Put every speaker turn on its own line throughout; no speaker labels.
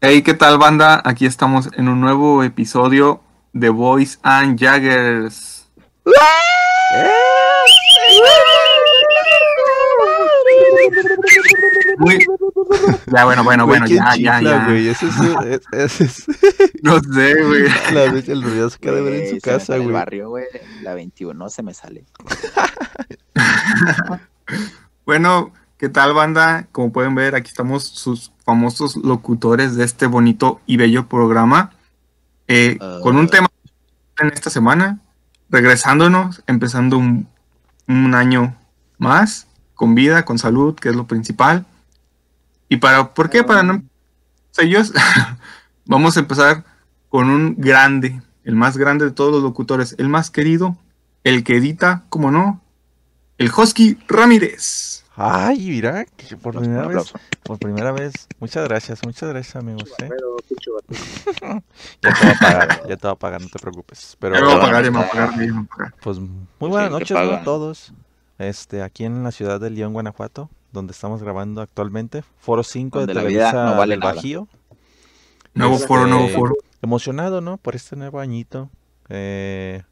Hey, ¿qué tal, banda? Aquí estamos en un nuevo episodio de Boys and Jaggers. Muy- Ya, bueno, bueno,
Güey,
bueno,
¿quién
ya, ya,
chifla,
ya.
güey? Ese es, es- ese
No sé, güey.
es- la vez el ruidazo que ha de ver en
Güey,
su
se me
casa,
sale El
güey.
barrio, güey. La 21 se me sale.
Bueno, ¿qué tal, banda? Como pueden ver, aquí estamos sus famosos locutores de este bonito y bello programa. eh,
Ah.
con un tema en esta semana, regresándonos, empezando un, un año más, con vida, con salud, que es lo principal. ¿Y para por qué? Para no ellos, vamos a empezar con un grande, el más grande de todos los locutores, el más querido, el que edita, como no, el Hosky Ramírez.
Ay, mira, que por
Un
primera vez,
aplauso.
por primera vez. Muchas gracias, muchas gracias, amigos. ¿eh? Ya te va a pagar, ya te va a pagar, no te preocupes. Pero
Ya me va a pagar, ya
bueno,
me va a
está.
pagar, ya me va a pagar.
pues muy
Sí,
buenas
te
noches ¿no? a
pagan.
todos. Este, aquí en la ciudad de León, Guanajuato, donde estamos grabando actualmente, Foro 5 de
Donde la vida
Televisa
no vale
del
nada.
Bajío.
Nuevo
Este,
foro, nuevo foro.
emocionado, ¿no? Por este nuevo añito. Eh,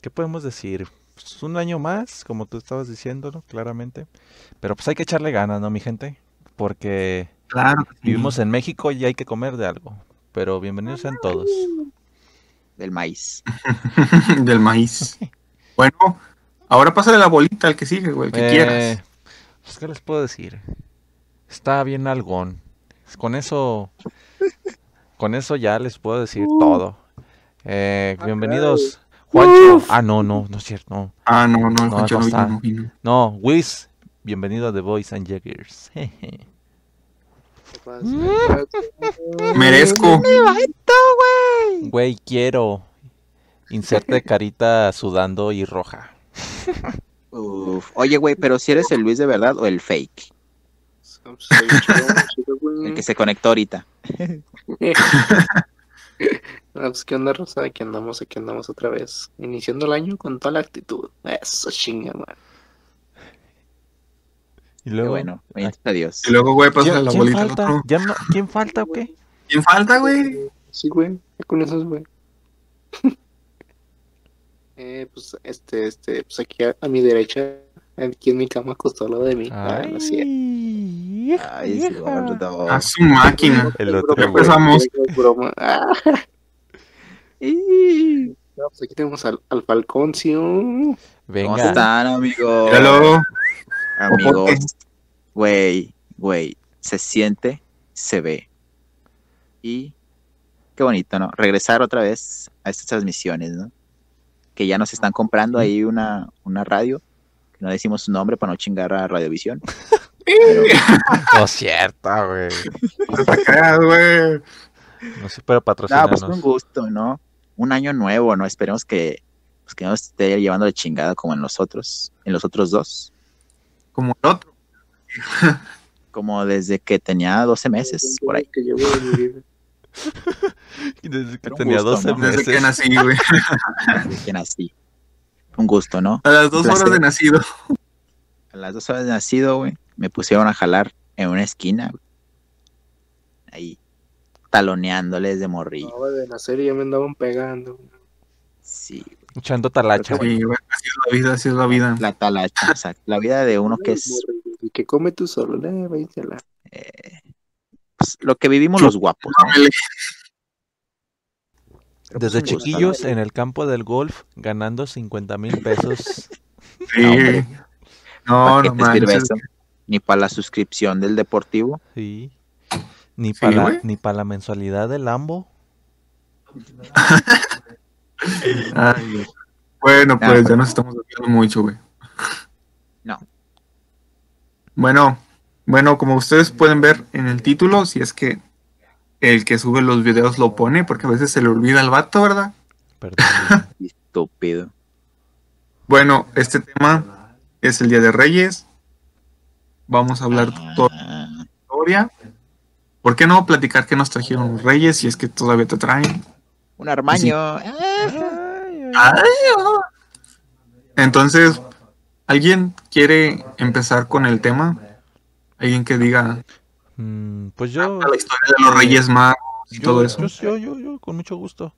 ¿Qué podemos decir? Pues un año más, como tú estabas diciéndolo, claramente. Pero pues hay que echarle ganas, ¿no, mi gente? Porque
Claro. que sí.
vivimos en México y hay que comer de algo. Pero bienvenidos sean todos.
Del maíz.
del maíz. Bueno, ahora pásale la bolita al que sigue, güey, el que
Eh,
quieras.
Pues, ¿qué les puedo decir? Está bien algón. Con eso, con eso ya les puedo decir
Uh.
todo. Eh, bienvenidos, Juancho. Ah, no, no, no es cierto, no.
Ah, no, no, el
no,
Juancho
no
no vino,
está.
no vino.
No, Wiz, bienvenido a The Voice and Jaggers.
Merezco.
Güey, quiero. Inserte carita sudando y roja.
Uf. Oye, güey, pero si eres el Luis de verdad o el fake.
Pues,
El que se conectó ahorita.
Ah, pues, ¿Qué onda, Rosa? Aquí andamos, aquí andamos otra vez. Iniciando el año con toda la actitud. Eso, chinga, man.
Y
Qué
luego,
bueno. bendito Dios.
Y luego, güey, pásale
¿quién,
la
quién
bolita al
falta?
otro.
¿Ya no- ¿Quién falta o qué?
¿Quién falta, güey?
Sí, güey. ya Con esos, güey. Eh, pues, este, este, pues aquí a, a mi derecha, aquí en mi cama, acostado al lado de mí. Ah, no es cierto.
Ay,
Ay, sí, gordo.
Ah,
A su máquina.
El
Es
otro,
broma,
güey. Empezamos.
es broma. Ah,
Ih.
no, pues aquí tenemos al, al Falconcio.
¿Cómo
Venga,
están, amigo?
Míralo.
Amigos.
Ojote.
Güey, güey. Se siente, se ve. Y qué bonito, ¿no? Regresar otra vez a estas transmisiones, ¿no? Que ya nos están comprando ahí una, una radio. que No decimos su nombre para no chingar a Radiovisión.
no es cierto, güey.
No te creas, güey.
No sé, pero
Ah,
patrocínanos.
pues un gusto, ¿no? Un año nuevo, ¿no? Esperemos que, pues, que no esté llevando de chingada como en los otros, en los otros dos.
Como el otro.
Como desde que tenía 12 meses, por ahí.
Que llevo de mi vida.
Desde que
Era un
tenía
gusto,
12
¿no?
Desde
meses.
que nací, güey.
Desde que nací. Un gusto, ¿no?
A las dos
Placer.
horas de nacido.
A las dos horas de nacido, güey, me pusieron a jalar en una esquina, güey. Ahí, taloneándoles de morrillo.
Acababa de nacer y ya me andaban pegando.
Sí, güey,
Echando talacha, güey.
Sí, güey, así es la vida, así es la vida.
la talacha, o sea, la vida de uno que es
El que come tú solo, eh, váyatela.
eh, pues, lo que vivimos los guapos, ¿no?
Desde pues,
un gusto,
chiquillos en el campo del golf, ganando 50 mil pesos.
Sí.
No, hombre.
No, no
¿Para qué te sirve
manches.
eso? Ni para la suscripción del deportivo.
Sí. Ni
Sí,
para la,
güey.
ni para la mensualidad del Lambo.
Ay, güey. bueno,
Ah,
pues ya
bueno.
nos estamos olvidando mucho, güey.
No.
Bueno, bueno, como ustedes pueden ver en el título, si es que el que sube los videos lo pone, porque a veces se le olvida al vato, ¿verdad?
Perdón.
Estúpido.
Bueno, este tema es el Día de Reyes. Vamos a hablar de toda
Ah,
la historia. ¿Por qué no platicar qué nos trajeron los reyes si es que todavía te traen?
un armaño. Ah,
Entonces, ¿alguien quiere empezar con el tema? ¿Alguien que diga
Mm, pues yo,
A la historia de los Reyes Magos y
yo,
todo eso.
yo, yo, yo, yo, con mucho gusto.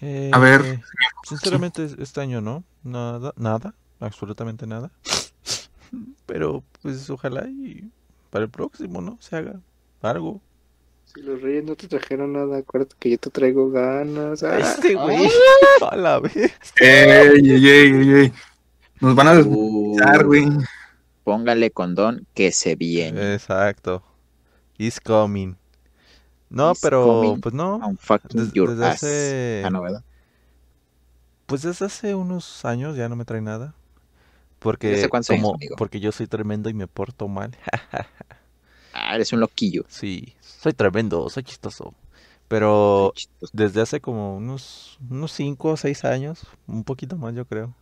Eh,
A ver,
eh, sinceramente es- este año no, nada, nada, absolutamente nada. Pero pues ojalá y para el próximo, ¿no? Se haga algo.
Si los reyes no te trajeron nada, acuérdate que yo te traigo ganas. Ah,
Este güey, a la vez.
Ey, ey, ey, ey, ey. Nos van a desmontar,
Uh,
güey. Eh,
póngale condón que se viene.
Exacto. Is coming. No,
Is
pero
coming.
pues no.
I'm fucking
Des-
your
desde
ass.
hace-
Ah, no, ¿verdad?
Pues desde hace unos años ya no me trae nada. Porque,
¿Desde hace cuántos años,
como,
amigo?
porque yo soy tremendo y me porto mal.
Ah, eres un loquillo.
Sí, soy tremendo, soy chistoso. Pero
Chistoso.
desde hace como unos, unos 5 o 6 años, un poquito más yo creo.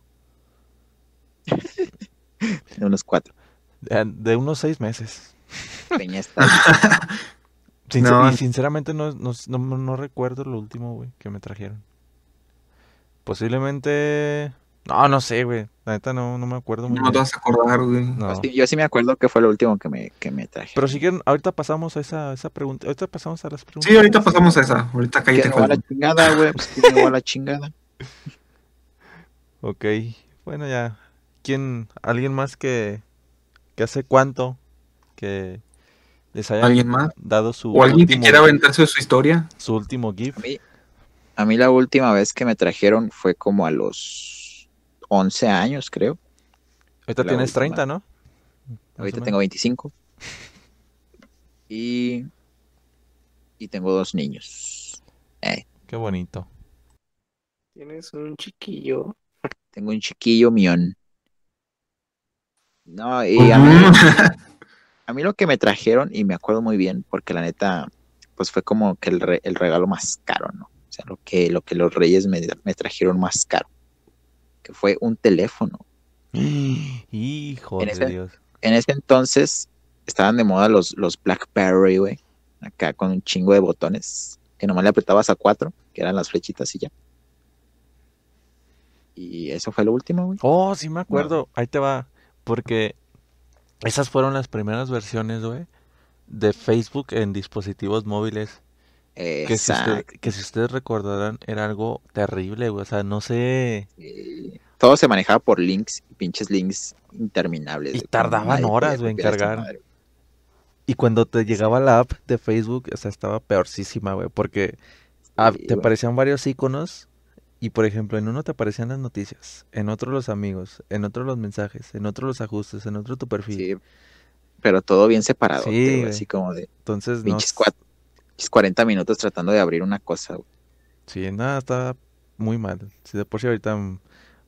De unos cuatro.
De, de unos 6 meses.
Peña está-
Sincer-
No.
Y sinceramente no, no, no, no recuerdo lo último, güey, que me trajeron. Posiblemente... No, no sé, güey. La neta no, no me acuerdo muy
No te
bien.
vas a acordar, güey.
No.
Sí, Yo sí me acuerdo que fue lo último que me, que me traje.
Pero si quieren, ahorita pasamos a esa, esa pregunta. Ahorita pasamos a las preguntas.
Sí, ahorita pasamos a esa. Ahorita
Que
cállate,
no va a la
Falcon.
chingada, güey. Pues que no va a la chingada.
Ok, bueno ya. ¿Quién, alguien más que, que hace cuánto que les haya
¿Alguien más?
dado su
O alguien que
último,
quiera aventarse su historia.
su último GIF?
A mí, a mí la última vez que me trajeron fue como a los 11 años, creo.
Ahorita
la
tienes
última.
30, ¿no? Más o
Ahorita
menos.
tengo 25. Y, y tengo dos niños. Eh,
Qué bonito.
Tienes un chiquillo.
tengo un chiquillo mión. No, y a mí,
Ujú.
a mí lo que me trajeron, y me acuerdo muy bien, porque la neta, pues fue como que el, re- el regalo más caro, ¿no? O sea, lo que, lo que los reyes me, me trajeron más caro, que fue un teléfono.
Hijo
En
de
ese-
Dios.
en ese entonces estaban de moda los, los Blackberry, güey. Acá con un chingo de botones. Que nomás le apretabas a cuatro, que eran las flechitas y ya. Y eso fue lo último, güey.
Oh, sí me acuerdo. Ahí te va. Porque esas fueron las primeras versiones, güey, de Facebook en dispositivos móviles. Que si, usted-
Exacto.
que si ustedes recordarán, era algo terrible, güey. O sea, no sé.
Eh, Todo se manejaba por links, pinches links interminables.
Y
güey,
tardaban
nadie podía
horas, güey, en
copiar esa
cargar.
madre.
Y cuando te llegaba la app de Facebook, o sea, estaba peorcísima, güey, porque ah,
Sí,
te
güey.
aparecían varios iconos y, por ejemplo, en uno te aparecían las noticias, en otro los amigos, en otro los mensajes, en otro los ajustes, en otro tu perfil.
Sí. Pero todo bien separado,
Sí,
güey,
güey. Pues
así como de
Entonces, no.
pinches cuatro. 40 minutos tratando de abrir una cosa, güey.
Sí, nada, está muy mal. Si de por sí ahorita,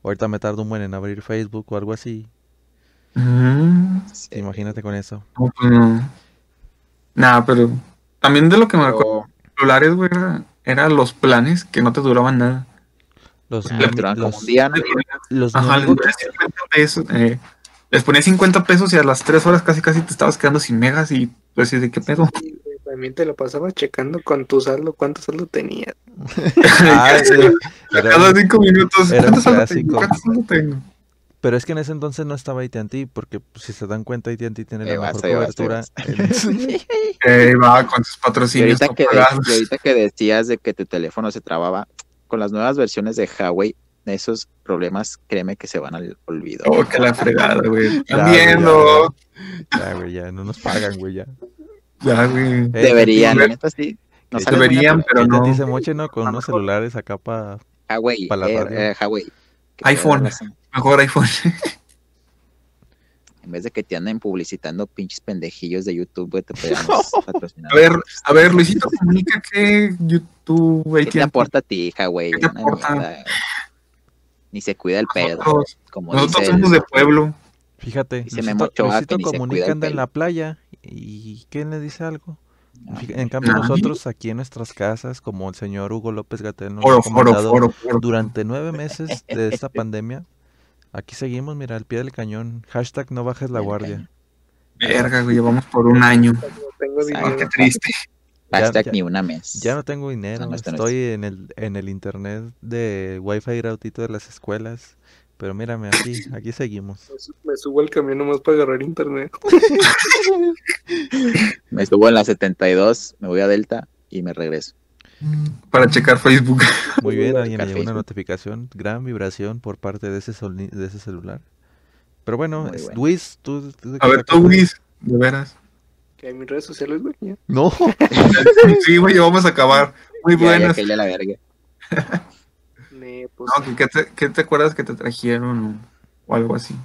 ahorita me tardo un buen en abrir Facebook o algo así,
Mm,
Sí.
imagínate con eso.
no, pues, no. Nah, pero también de lo que me acuerdo
Pero-
de los celulares, güey, era, era los planes que no te duraban nada.
Los,
Ah, duraban como
los-
un día, ¿no?
los
Ajá, les
neónicos-
ponía 50 pesos. eh, les ponía 50 pesos y a las 3 horas casi casi te estabas quedando sin megas y tú decías, ¿de qué pedo?
Sí, güey, También te lo pasaba checando con tu saldo, cuánto saldo tenías.
Ah, era- era-
Cada 5 minutos.
era un
¿Cuántos saldo tengo?
clásico.
¿Cuántos saldo tengo?
Pero es que en ese entonces no estaba AT&T, porque pues, si se dan cuenta AT&T tiene
Ahí
la
vas,
mejor
ahí vas, ahí
cobertura. en-
Eh, va con sus
Y
patrocinios.
ahorita,
no
que de-
pagados.
y ahorita que decías de que tu teléfono se trababa, con las nuevas versiones de Huawei, esos problemas, créeme que se van al olvido.
Oh, que la fregada, güey.
Ya,
Están
güey, ya,
viendo.
Ya, güey, ya, no nos pagan, güey, ya.
Ya, güey.
Eh,
Deberían, la
güey.
neta sí. No
Que
sale muy
deberían,
natural.
pero
AT&T
no.
se moche, ¿no? Con unos celulares acá para...
Huawei,
pa' la
eh,
radio.
eh, Huawei. Que
iPhone.
te dan razón.
Mejor iPhone.
En vez de que te anden publicitando pinches pendejillos de YouTube, güey, te podríamos patrocinar.
A ver, a ver, Luisito comunica que YouTube,
¿Qué te
AT&T,
aporta a ti, Huawei?
¿Qué te
Una
aporta?
mierda, güey. Ni se cuida el pedo.
nosotros,
Como
nosotros
dice
somos
el-
de pueblo.
Fíjate,
Dice
Luisito,
Memo Ochoa que
Luisito
ni se cuida
Comunica
el
anda en
pelo.
la playa y ¿quién le dice algo?
Ah,
Fija- En cambio
No.
nosotros aquí en nuestras casas, como el señor Hugo López Gatell nos ha
Foro, foro,
comentado
foro, foro.
durante nueve meses de esta pandemia, aquí seguimos, mira, al pie del cañón, hashtag no bajes la
Del
guardia.
cañón.
Verga, güey, llevamos por un año.
No
Exacto.
tengo
Ah,
dinero.
qué triste.
Ya-
hashtag
ya-
ni una mes.
Ya no tengo
Ah,
dinero,
no, esto no
estoy en el, en el internet de wifi gratuito de las escuelas. Pero mírame, aquí, aquí seguimos.
Me su- Me subo al camión nomás para agarrar internet.
Me subo en la 72, me voy a Delta y me regreso. Mm.
Para checar Facebook.
Muy bien, alguien le
Café.
llegó una notificación. Gran vibración por parte de ese, soni- de ese celular. Pero bueno,
Muy
es-
bueno.
Luis, tú. tú de
A
qué
ver,
te
tú,
acuerdas?
Luis, de veras.
Que hay mis redes sociales, güey. ya.
No.
Sí, güey, vamos a acabar. Muy
Ya, ya,
buenas.
que ahí a la verga.
Me, pues,
No, que- que te- ¿Qué te acuerdas que te trajeron o algo así?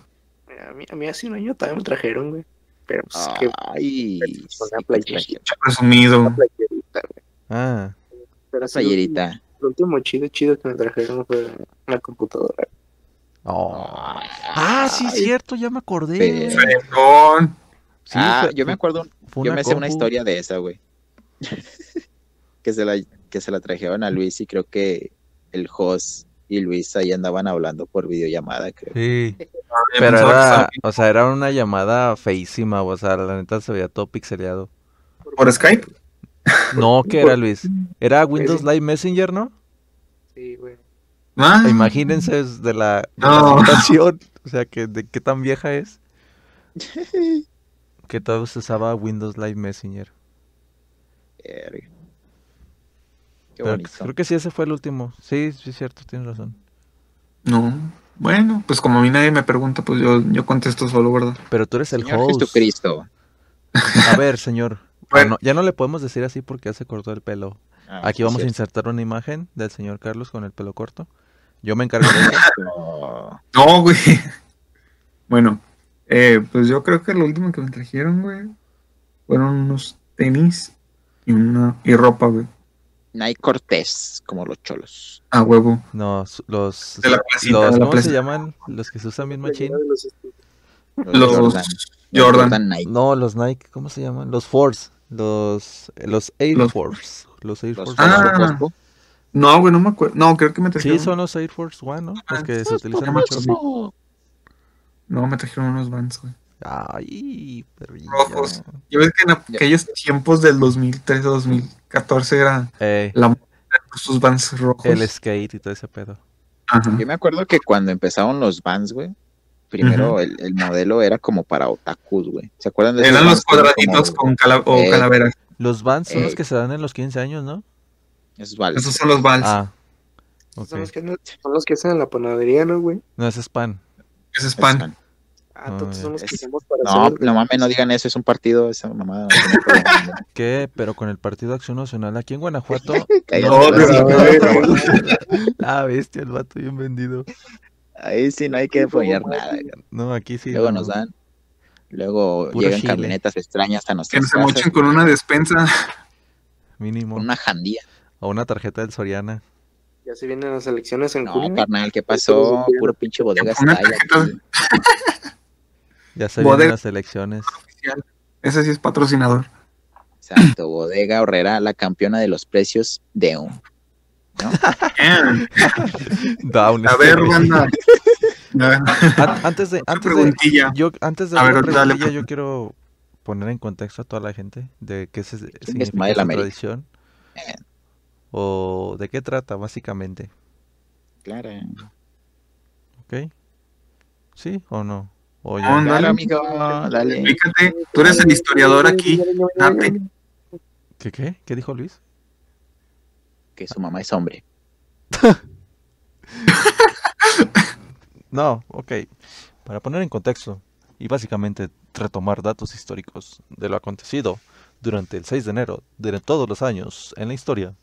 a, mí, a mí hace un año también me trajeron, güey. Pero pues que
Ay, sí, pues,
Una
qué
playerita.
chido.
Presumido.
una playerita, güey.
Ah,
Pero así,
playerita.
Lo último chido, chido que me trajeron fue una computadora.
oh. ah, sí, es
Ay,
cierto, ya me acordé.
pero-
Fregón.
Sí,
ah,
fue-
yo me acuerdo,
fue
yo me sé una
compu.
historia de esa, güey. que, se la, que se la trajeron a Luis y creo que el host y Luis ahí andaban hablando por videollamada, creo.
Sí,
Ya
pero
Eh, pensaba que
era,
estaba
o sea, era una llamada feísima, o sea, la neta se veía todo pixeleado.
¿Por Skype?
No, ¿qué era, Luis? Era Windows Live Messenger, ¿no?
Sí, güey.
¿Ah?
Imagínense es de la, de la
No.
situación, o sea, que de qué tan vieja es. Que todo se usaba Windows Live Messenger.
Verga. Qué
Pero
bonito.
creo que sí, ese fue el último. Sí, sí, es cierto, tienes razón.
No. Bueno, pues como a mí nadie me pregunta, pues yo, yo contesto solo, ¿verdad?
Pero tú eres el
Señor
host.
Jesucristo.
A ver, señor. Ah,
Bueno.
no, ya no le podemos decir así porque ya se cortó el pelo.
Ah,
Aquí vamos a
cierto.
insertar una imagen del señor Carlos con el pelo corto. Yo me encargo de
No.
No, güey. Bueno, eh, pues yo creo que lo último que me trajeron, güey, fueron unos tenis y una y ropa, güey.
Nike Cortés, como los cholos.
A huevo.
No, su- los,
De la placita,
los
de la
¿cómo se
placita.
llaman? Los que se usan bien machín.
Playera de los estudios.
Los Jordan.
Nike.
No, los Nike, ¿cómo se llaman? Los Force, los los Air
Los-
Force, los Air
Los
Force.
Ah.
One.
Jordan de Costco.
No, güey, no me acuerdo. No, creo que me
Sí,
trajeron.
son los Air Force One, ¿no? Los que se
Costco,
utilizan mucho.
Costco.
Costco.
No, me trajeron unos Vans, güey.
Ay, pero ya.
Rojos. Yo ves que en aquellos tiempos del 2013 o 2014 era
Ey,
la moda de sus Vans rojos.
Eh, el skate y todo ese pedo.
Ajá.
Yo me acuerdo que cuando empezaron los Vans, güey, primero el, el modelo era como para otakus, güey. ¿Se acuerdan de esos
Eran los
Vans que eran
cuadraditos con
como-
cala- o
Eh.
calaveras.
Los Vans son los
Ey.
que se dan en los 15 años, ¿no?
Esos vales.
Esos son los Vans.
Ah.
Esos
Ok.
Son, los que, andan- son los que hacen en la panadería, ¿no, güey?
No ese es pan.
Ese es pan.
Están.
Ah,
Ah,
entonces son los que
es-
hacemos para
No,
hacer el-
no mames, no digan eso, es un partido, esa mamada. no,
¿Qué? Pero con el Partido de Acción Nacional aquí en Guanajuato.
Cállate,
No,
ahora sí,
pero-
no,
Ah, bestia, el vato bien vendido.
Ahí sí no hay que apoyar nada. güey.
No, aquí sí.
Luego
no,
nos
no.
dan, luego
Puro
llegan
chile.
camionetas extrañas a
Que
nuestras
se
casas,
mochen con una despensa.
Mínimo.
con una jandía.
O una tarjeta del Soriana.
Ya se vienen las elecciones en
No,
junio.
carnal, ¿qué pasó? Puro pinche bodega
Una
Style
tarjeta
aquí.
Ya se
Bodega.
vienen las elecciones.
Ese sí es patrocinador.
Exacto, bodega horrera, la campeona de los precios de un.
Down.
A
este
ver,
güey.
banda. A ver, una
An- antes de, antes de,
preguntilla.
yo, antes de
A
hacer la
ver, dale,
preguntilla,
pues.
yo quiero poner en contexto a toda la gente de qué se, significa
es Madre
esta
América?
tradición.
Eh.
O de qué trata, básicamente.
Claro.
¿Ok? ¿Sí o no? O ya-
No,
Claro,
dale,
amigo, dale.
explícate. Tú eres el historiador aquí. Date.
¿Qué, qué? ¿Qué dijo Luis?
Que su mamá es hombre.
No, ok. Para poner en contexto y básicamente retomar datos históricos de lo acontecido durante el 6 de enero de todos los años en la historia,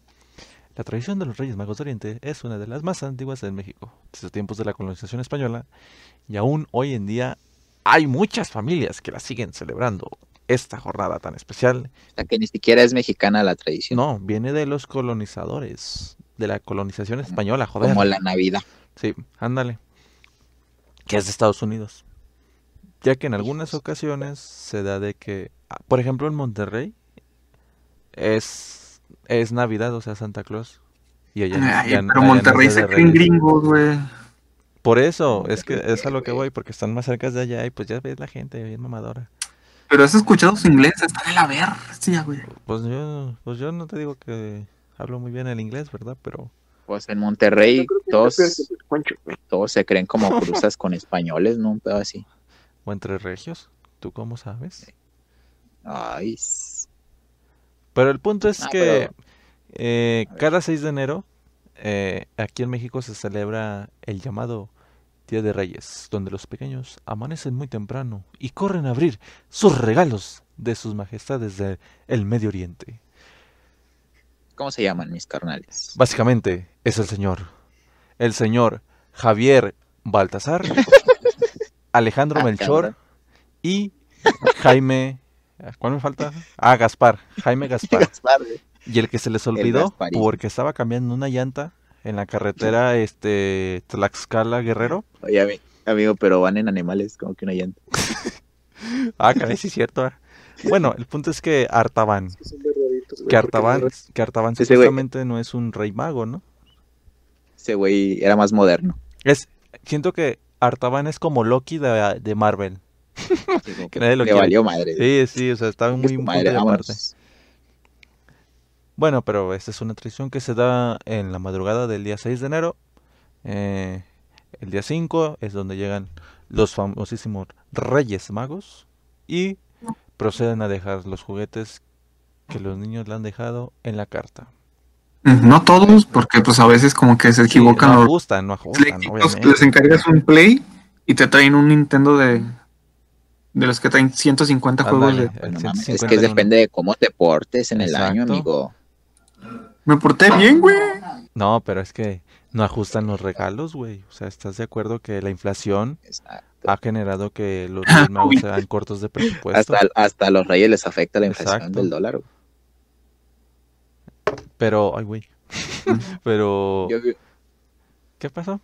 la tradición de los Reyes Magos de Oriente es una de las más antiguas en México, desde tiempos de la colonización española, y aún hoy en día hay muchas familias que la siguen celebrando esta jornada tan especial.
O sea, que ni siquiera es mexicana la tradición.
No, viene de los colonizadores, de la colonización española, joder.
como la Navidad.
Sí, ándale. Que es de Estados Unidos. Ya que en algunas ocasiones se da de que, ah, por ejemplo, en Monterrey es, es Navidad, o sea, Santa Claus. Y allá, no-
Ay, pero
ya- allá no es
Monterrey
Día
se
de
creen
Reyes.
gringos, güey.
Por eso, es que
Monterrey,
es a lo que
güey.
voy, porque están más cerca de allá y pues ya ves la gente bien mamadora.
Pero has escuchado su inglés, está de la bestia, güey.
Pues yo, pues yo no te digo que hablo muy bien el inglés, ¿verdad? Pero
Pues en Monterrey
Yo creo que es
todos,
peor que el Juancho, güey.
todos se creen como cruzas con españoles, ¿no? Un pedo así.
¿O entre regios? ¿Tú cómo sabes?
Ay, s-
Pero el punto es
Ah,
que
pero-
eh,
A ver.
cada 6 de enero eh, aquí en México se celebra el llamado Día de Reyes, donde los pequeños amanecen muy temprano y corren a abrir sus regalos de sus majestades del Medio Oriente.
¿cómo se llaman mis carnales?
Básicamente es el señor, el señor Javier Baltasar, Alejandro
Ah,
Melchor
cabrón.
y Jaime... ¿Cuál me falta? Ah, Gaspar, Jaime Gaspar.
Gaspar, güey.
Y el que se les olvidó
Gasparín.
porque estaba cambiando una llanta en la carretera este Tlaxcala Guerrero.
Oye, ami- amigo, pero van en animales, como que una llanta.
Ah, caray, sí es cierto. ah. Bueno, el punto es que Artaban,
que son verdaditos, güey,
que
porque
Artaban,
no-
que Artaban
Ese güey.
supuestamente no es un rey mago, ¿no?
Ese güey era más moderno.
Es siento que Artaban es como Loki de, de Marvel.
Sí, como
Nadie
le
lo quiere.
valió madre.
Sí, sí, o sea, está
Chingue
muy
su
un
madre,
punto de
vámonos.
aparte. Bueno, pero esta es una tradición que se da en la madrugada del día 6 de enero. Eh, el día 5 es donde llegan los famosísimos Reyes Magos y proceden a dejar los juguetes que los niños le han dejado en la carta.
No todos, porque pues a veces como que se
Sí,
equivocan
no
los
ajustan, no ajustan,
Electricos que les
obviamente.
encargas un Play y te traen un Nintendo de, de los que traen 150 juegos.
Ándale,
de-
el
Bueno, mames, es
150
que
en uno.
depende de cómo te portes en el año,
Exacto.
amigo.
Me porté bien, güey.
No, pero es que no ajustan los regalos, güey. O sea, ¿estás de acuerdo que la inflación
Exacto.
ha generado que los Reyes Magos sean cortos de presupuesto?
Hasta, hasta a los reyes les afecta la inflación
Pues Exacto.
del dólar. güey.
Pero, ay, güey. Pero,
Yo vi,
¿qué pasó?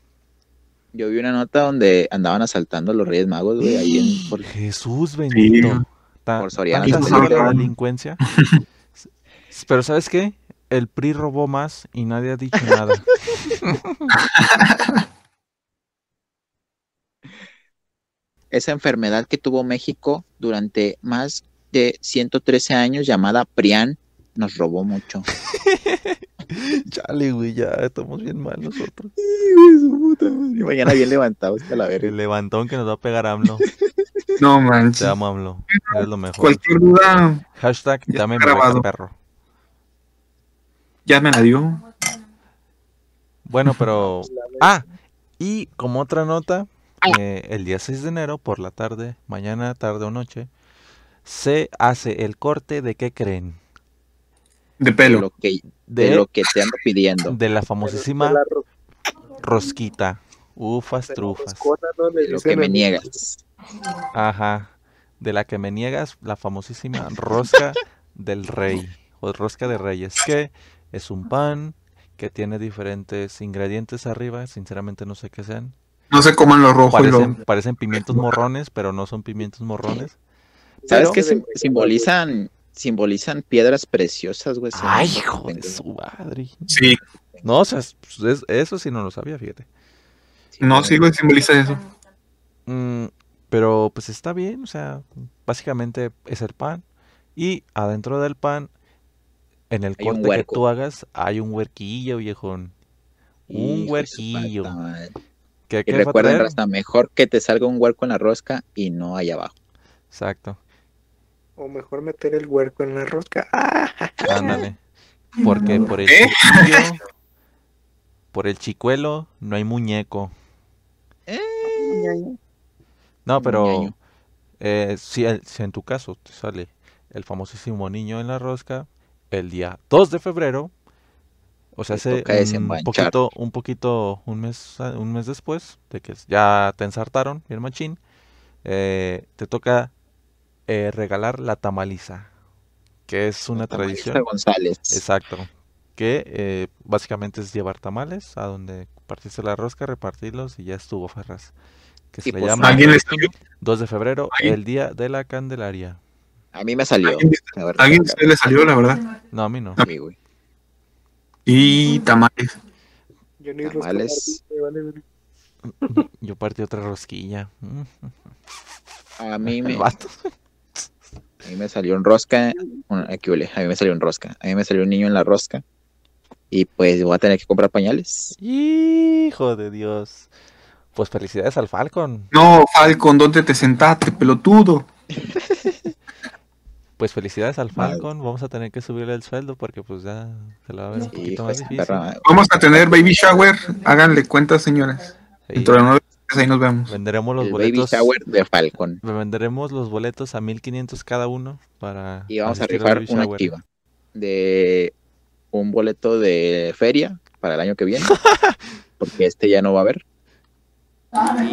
yo vi una nota donde andaban asaltando a los reyes magos, güey, ahí en, por-
Jesús bendito. Ta-
Por Soriana
tanta
también.
sangre, delincuencia. S- Pero ¿sabes qué? El PRI robó más y nadie ha dicho nada.
esa enfermedad que tuvo México durante más de 113 años llamada Prian nos robó mucho.
Chale, güey, ya estamos bien mal nosotros.
Y mañana bien levantados, calavera.
El levantón que nos va a pegar AMLO.
No
Te
manches.
amo, AMLO. Eres lo mejor.
Cualquier duda
Hashtag
Ya
dame mi
está grabado.
beca, perro.
ya me la dio.
Bueno, pero... Ah, y como otra nota, eh, el día 6 de enero por la tarde, mañana, tarde o noche, se hace el corte de qué creen.
De
De
pelo.
lo que, de
De,
lo que te ando pidiendo.
de la
pero es
famosísima
la ro-
rosquita. Ufas,
de las
trufas.
cosas, ¿no? Le
De lo
dicen
que me
a-
niegas.
Ajá. De la que me niegas, la famosísima rosca del rey. O rosca de reyes. Que es un pan que tiene diferentes ingredientes arriba. Sinceramente no sé qué sean.
No se coman lo rojo y
Parecen,
lo.
parecen pimientos morrones, pero no son pimientos morrones.
¿Sabes
Pero-
qué sim- simbolizan? Simbolizan piedras preciosas, güey. según
Ay,
lo que
hijo de
tengo.
su madre.
Sí,
No, o sea, es- es- eso sí no lo sabía, fíjate.
no,
güey.
sí, güey, simboliza eso.
Mm, pero pues está bien, o sea, básicamente es el pan. Y adentro del pan, en el
Hay un
corte que
huerco.
tú hagas, hay un huerquillo, viejón. Un
Hijo de su
huerquillo.
puta madre.
¿Qué,
Y
qué va a
recuerden,
traer?
Rasta, mejor que te salga un huerco en la rosca y no allá abajo.
Exacto,
O mejor meter el huerco en la rosca. ¡Ah!
ándale. Porque por el
¿Eh?
chiquillo, por el chicuelo, no hay muñeco.
Eh.
No, pero
Ñaño.
eh, si, el- si en tu caso te sale el famosísimo niño en la rosca, el día 2 de febrero, o sea,
Te
hace
toca
un
desembanchar.
poquito, un poquito, un mes, a- un mes después de que ya te ensartaron, bien machín, eh, te toca eh, regalar la tamaliza, que es una
Tamaliza
tradición.
González.
Exacto. Que eh, básicamente es llevar tamales a donde partiste la rosca, repartirlos y ya estuvo, Ferraz. Que se
Y
le
pues,
llama
Alguien le salió.
2 de febrero,
alguien-
el día de la Candelaria.
A mí me salió.
Alguien-
la verdad,
Alguien se le salió, la verdad.
No, a mí no.
a mí, güey.
Y tamales.
Yo ni
Tamales.
rosca partí, me vale ver-
Yo partí otra rosquilla. Mm.
A mí me,
El vato.
a mí me salió un rosca. un- ¿qué huele? A mí me salió un rosca. A mí me salió un niño en la rosca. Y pues voy a tener que comprar pañales.
Hijo de Dios. Pues felicidades al Falcon.
No, Falcon, ¿dónde te sentaste, pelotudo?
Pues felicidades al Falcon. Vamos a tener que subirle el sueldo porque pues ya se la va a ver un poquito
Hijo
más
de
difícil.
pues, perra.
Vamos a tener baby shower. Háganle cuentas, señoras.
Y
Dentro de nueve días ahí nos vemos.
venderemos los
El baby
boletos.
shower de Falcon.
Venderemos los boletos a 1500 cada uno para
Y vamos a
asistir al
rifar
baby
una
shower.
activa. De un boleto de feria para el año que viene. porque este ya no va a haber.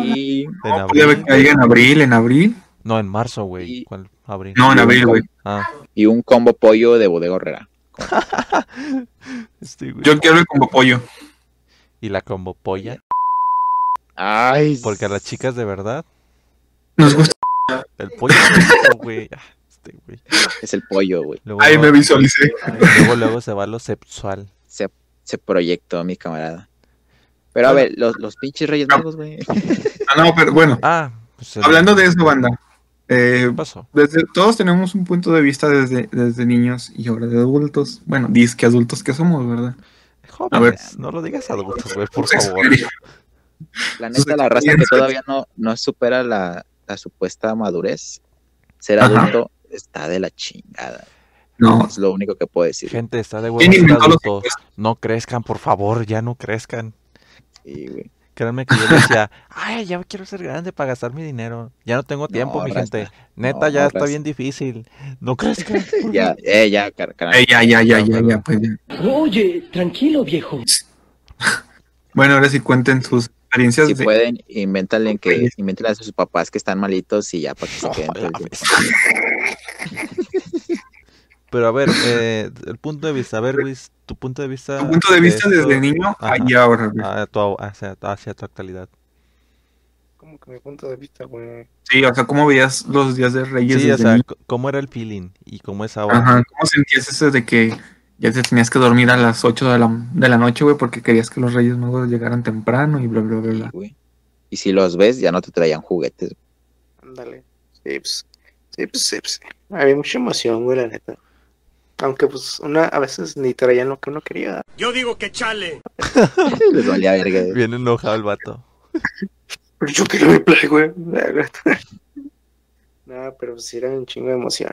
Y
En
Puede haber
abril.
pues, que caiga en abril, en abril.
No, en marzo, güey.
Y-
¿Cuál? Abril.
No, en abril, güey.
Ah,
y un combo pollo de Bodega Herrera.
este, güey.
Yo quiero el combo pollo.
Y la combo polla.
Ay,
Porque a las chicas de verdad,
Nos gusta.
el pollo es rico, güey. Ah, Este, güey.
es el pollo, güey.
Luego,
Ahí me
luego,
visualicé.
luego, luego se va lo sexual.
Se, se proyectó mi camarada. Pero a ver, los, los pinches Reyes Magos, güey.
Ah, no, pero bueno.
Ah, pues, el-
Hablando de eso, banda. eh,
¿Qué pasó?
desde, todos tenemos un punto de vista desde, desde niños y ahora de adultos. Bueno, disque adultos que somos, ¿verdad?
Jóvenes, no lo digas a adultos, güey, por favor.
La
Sus
neta, la raza que
experiencias.
todavía no, no supera la, la supuesta madurez, ser
Ajá.
adulto está de la chingada.
No,
Es lo único que puedo decir.
Gente, está de
¿Quién
huevos ser
inventó los
adultos. No crezcan, por favor, ya no crezcan.
Sí, güey.
Créanme que yo decía, ay, ya quiero ser grande para gastar mi dinero. Ya no tengo tiempo, mi
raza.
gente. Neta,
No,
ya está
raza.
bien difícil. No crezcan. por
Ya, eh, ya, car- carnal.
eh, ya, ya, ya,
No,
ya,
perdón.
ya, pues ya.
Oye, tranquilo, viejo.
Bueno, ahora sí cuenten sus experiencias
Si
de
pueden, invéntale en que
Reyes.
invéntale a sus papás que están malitos y ya para que se
No,
queden. todo el
la
tiempo.
Pero a ver, eh, el punto de vista, a ver, Luis, tu punto de vista.
tu punto de vista
esto
desde niño
Ajá.
y ahora. güey.
a tu- hacia, hacia tu actualidad.
Como que mi punto de vista, güey.
Sí, o sea, ¿cómo veías los días de Reyes
Sí, o
desde
sea,
niño?
c- ¿cómo era el feeling y cómo es ahora?
Ajá, ¿cómo sentías eso de que ya te tenías que dormir a las 8 de la, de la noche, güey, porque querías que los Reyes Magos llegaran temprano y bla, bla, bla,
Sí,
bla?
güey. Y si los ves, ya no te traían juguetes.
Ándale. Sí, pues, sí, pues, sí, pues. Había mucha emoción, güey, la neta. Aunque, pues, una, a veces ni traían lo que uno quería.
Yo digo que chale.
Les valía verga. güey.
Bien enojado el vato.
Pero yo quería mi play, güey. Nada, pero pues, sí era un chingo de emoción.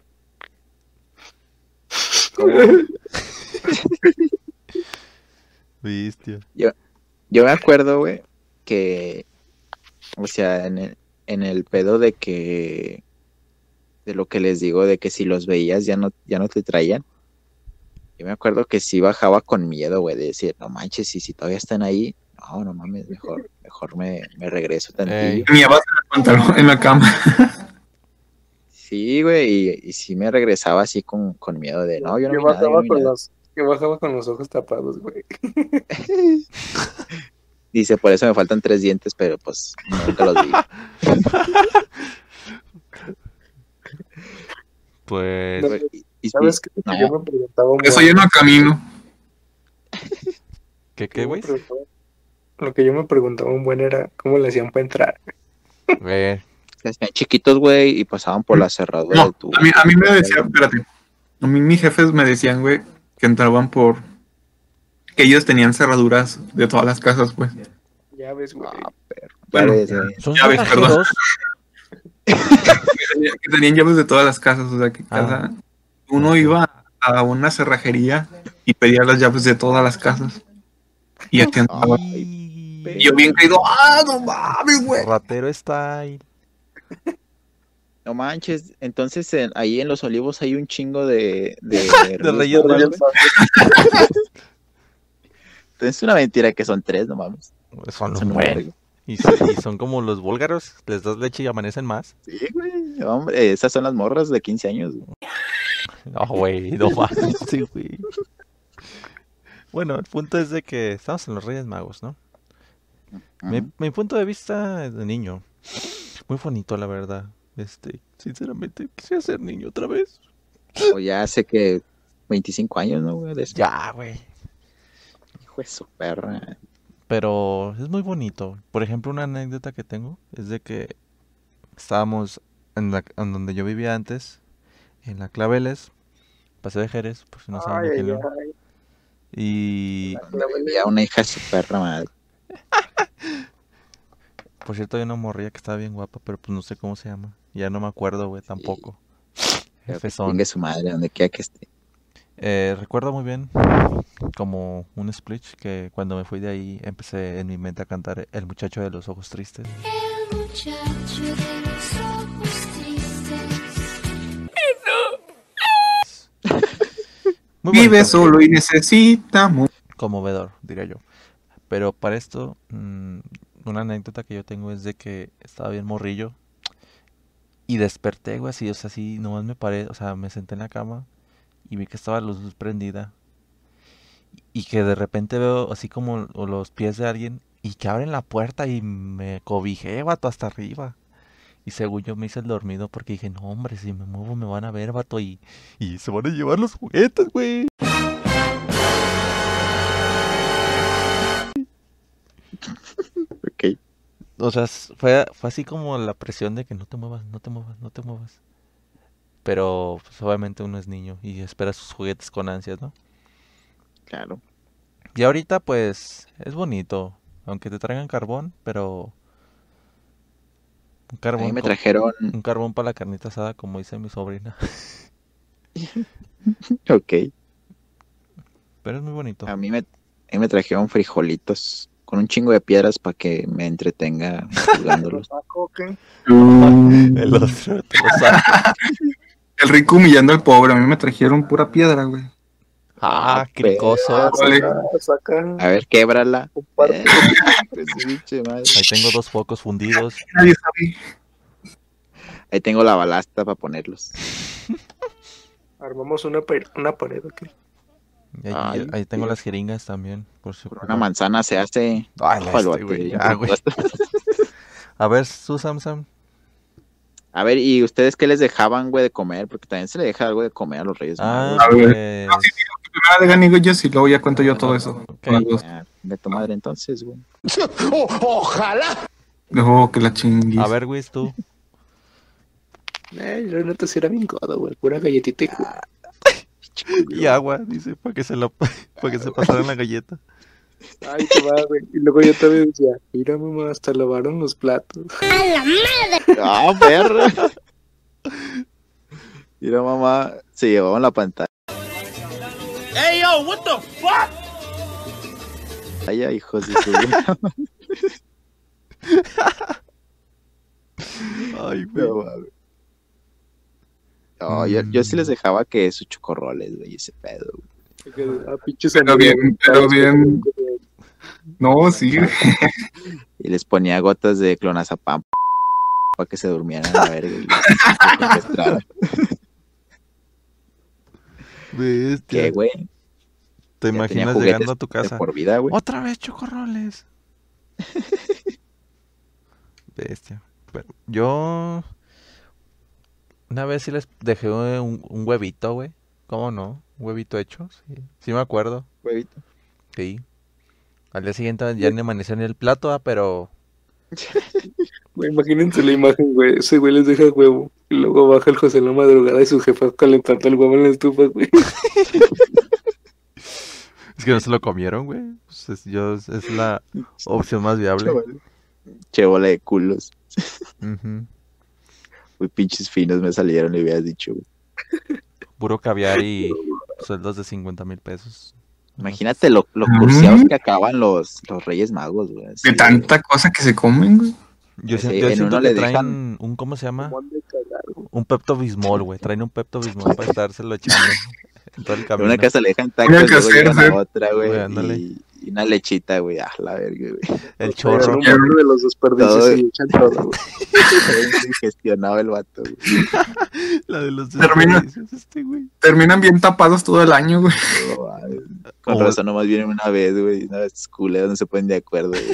Viste.
Yo me acuerdo, güey, que, o sea, en el, en el pedo de que, de lo que les digo, de que si los veías ya no, ya no te traían. Yo me acuerdo que sí bajaba con miedo, güey, de decir, no manches, y si todavía están ahí, no, no mames, mejor, mejor me, me regreso
Ey.
tantillo.
Mi abad en el pantalón, en la cama.
Sí, güey, y, y sí me regresaba así con, con miedo de, no, yo no
yo
vi nada, yo no
bajaba
vi
con
nada".
los, yo bajaba con los ojos tapados, güey.
Dice, por eso me faltan tres dientes, pero pues nunca los vi.
Pues.
No,
Y- y-
¿Sabes qué?
no.
Yo me preguntaba un
Por Eso
buen-
yo no camino.
¿Qué,
lo que
qué,
yo me
güey?
preguntaba- Lo que yo me preguntaba un buen era cómo le hacían para entrar.
Eh,
Se hacían chiquitos, güey, y pasaban por la cerradura
No,
de tu.
a mí, a mí me decían, espérate, a mí mis jefes me decían, güey, que entraban por... Que ellos tenían cerraduras de todas las casas, pues.
Ya ves, güey.
Ah, perro.
Bueno,
Ya ves, eh.
son
Ya ves, perdón.
cerrajeros.
que tenían llaves de todas las casas, o sea
Ah.
que cada uno iba a una cerrajería y pedía las llaves de todas las casas. Y ya te andaba.
Y-
Y yo bien caído, ah, no mames, güey.
Ratero está ahí.
No manches. Entonces, en- ahí en los olivos hay un chingo de. De,
De
Reyes
Reyes
Magos,
Magos.
güey. Es una mentira que son tres, no mames.
Son
Son
un
un
buen.
vergo.
Y son, y son como los búlgaros, les das leche y amanecen más.
Sí, güey. Hombre, esas son las morras de 15 años. güey.
No, güey, no más. Sí, güey. Bueno, el punto es de que estamos en los Reyes Magos, ¿no? Mi,
Ujú.
mi punto de vista de niño, muy bonito, la verdad. Este, sinceramente, quisiera ser niño otra vez.
O ya hace que 25 años, ¿no, güey? De eso.
Ya, güey.
Hijo de su perra.
Pero es muy bonito. Por ejemplo, una anécdota que tengo es de que estábamos en, la- en donde yo vivía antes, en la Claveles, Paseo de Jerez, por si no
pues,
saben de
Ay,
quién
ay,
le hablo.
ay.
Y
La abuela-
Ya una hija de su perra madre.
Por cierto, hay una morrilla que estaba bien guapa, pero pues no sé cómo se llama. Ya no me acuerdo, güey, tampoco.
Pero que
Jefezón.
chingue su madre, donde quiera que esté.
Eh, recuerdo muy bien como un split que cuando me fui de ahí empecé en mi mente a cantar El muchacho de los ojos tristes.
El muchacho de los ojos tristes.
Muy
Vive
bonito,
solo y necesita amor.
conmovedor, diría yo. Pero para esto, mm, una anécdota que yo tengo es de que estaba bien morrillo y desperté, güey, así, o sea, así, nomás me paré, o sea, me senté en la cama y vi que estaba la luz prendida y que de repente veo así como o los pies de alguien y que abren la puerta y me cobijé, vato, hasta arriba. Y según yo me hice el dormido porque dije, no, hombre, si me muevo me van a ver, vato, y, y se van a llevar los juguetes, güey.
Ok.
O sea, s- fue, fue así como la presión de que no te muevas, no te muevas, no te muevas. Pero pues, obviamente uno es niño y espera sus juguetes con ansias, ¿no?
Claro.
Y ahorita pues es bonito, aunque te traigan carbón, pero
A
un
mí
carbón,
me
co-
trajeron.
un carbón para la carnita asada, como dice mi sobrina.
Ok.
Pero es muy bonito.
A mí me, a mí me trajeron frijolitos con un chingo de piedras para que me entretenga jugándolos.
El otro, te lo ah, sabe.
El rico humillando al pobre. A mí me trajeron pura piedra, güey.
Ah,
Ah, pero-
cricoso.
Vale.
Ah, Saca.
A ver, québrala.
un par-
Eh, pues, biche madre.
Ahí tengo dos focos fundidos.
Nadie sabe.
Ahí tengo la balasta para ponerlos.
Armamos una, pa- una pared. ok.
Y ahí,
Ay,
ahí tengo
tío.
las jeringas también, por si
Con
ocupan.
una manzana se hace.
Ay, la
Ojalá,
este, güey,
güey.
ya, güey. A ver, su Samsam.
A ver, ¿y ustedes qué les dejaban, güey, de comer? Porque también se le deja algo de comer a los Reyes
Ah,
Magos.
A ver.
pues,
Primero hagan ellos y luego ya cuento yo todo eso.
ok.
Con los-
Ah, de tu madre entonces, güey.
Luego que la chinguis.
A ver, güey, tú.
Eh, yo neta sí era bien codo, güey. Pura galletita y jugo.
Y agua, dice, para que se la para que se pasaran la galleta.
Ay, Ah, te va, güey. Y luego yo también decía, mira, mamá, hasta lavaron los platos.
A la madre.
¡Ah, perro! Mira, mamá, se llevaban la pantalla. ¡Ey, yo, what the fuck! Ay, hijos de su
Ay, güey.
No, mames. No, yo, yo sí les dejaba que sus chocorroles, güey, ese pedo. güey.
Porque, ah, pinches
Pero bien, pero bien.
güey.
No, sí. güey.
Y les ponía gotas de clonazepam para que se durmieran a ver. y los- los secuestraran.
Bestia.
¿Qué, güey?
¿Te
Ya tenía
imaginas
juguetes
llegando a tu
de
casa? Oh.
Por vida, güey.
Otra vez chocorroles. Bestia. Pero yo una vez sí les dejé un, un huevito, güey. ¿Cómo no? Un huevito hecho, sí. Sí me acuerdo.
Huevito.
Sí. Al día siguiente ya ni amaneció en el plato, ah, pero
Güey, Imagínense la imagen, güey. Ese güey les deja huevo. Y luego baja el José en la madrugada y su jefa calentando el huevo en la estufa, güey.
es que no se lo comieron, güey. Pues es, yo, es la opción más viable.
Che, bola de culos.
Ujú.
Muy pinches finos me salieron y hubieras dicho, güey.
Puro caviar y sueldos de 50 mil pesos.
Imagínate lo, lo cursiados que acaban los, los Reyes Magos, güey. así,
De tanta cosa que se comen, güey.
Yo,
Sí,
sien- yo
en
siento
uno
que
le
traen
dejan-
un, ¿cómo se llama?
Cómo han de cagar, güey.
Un Pepto Bismol, güey. Traen un Pepto Bismol para estárselo echando en todo el
De
camino.
una casa le dejan tacos,
Una
luego
casera,
llegan
sí.
a otra, güey.
Güey, ándale.
y, y una lechita, güey. Ah, la verga, güey.
El
Agarran
chorro.
un burro de los desperdicios
Todo.
y echan todo, güey.
Gestionaba el vato, güey.
La de los
Termina.
desperdicios, este, güey.
Terminan bien tapados todo el año, güey.
No, mames. Con
O-
razón nomás vienen una vez, güey. Una vez culeros no se ponen de acuerdo, güey.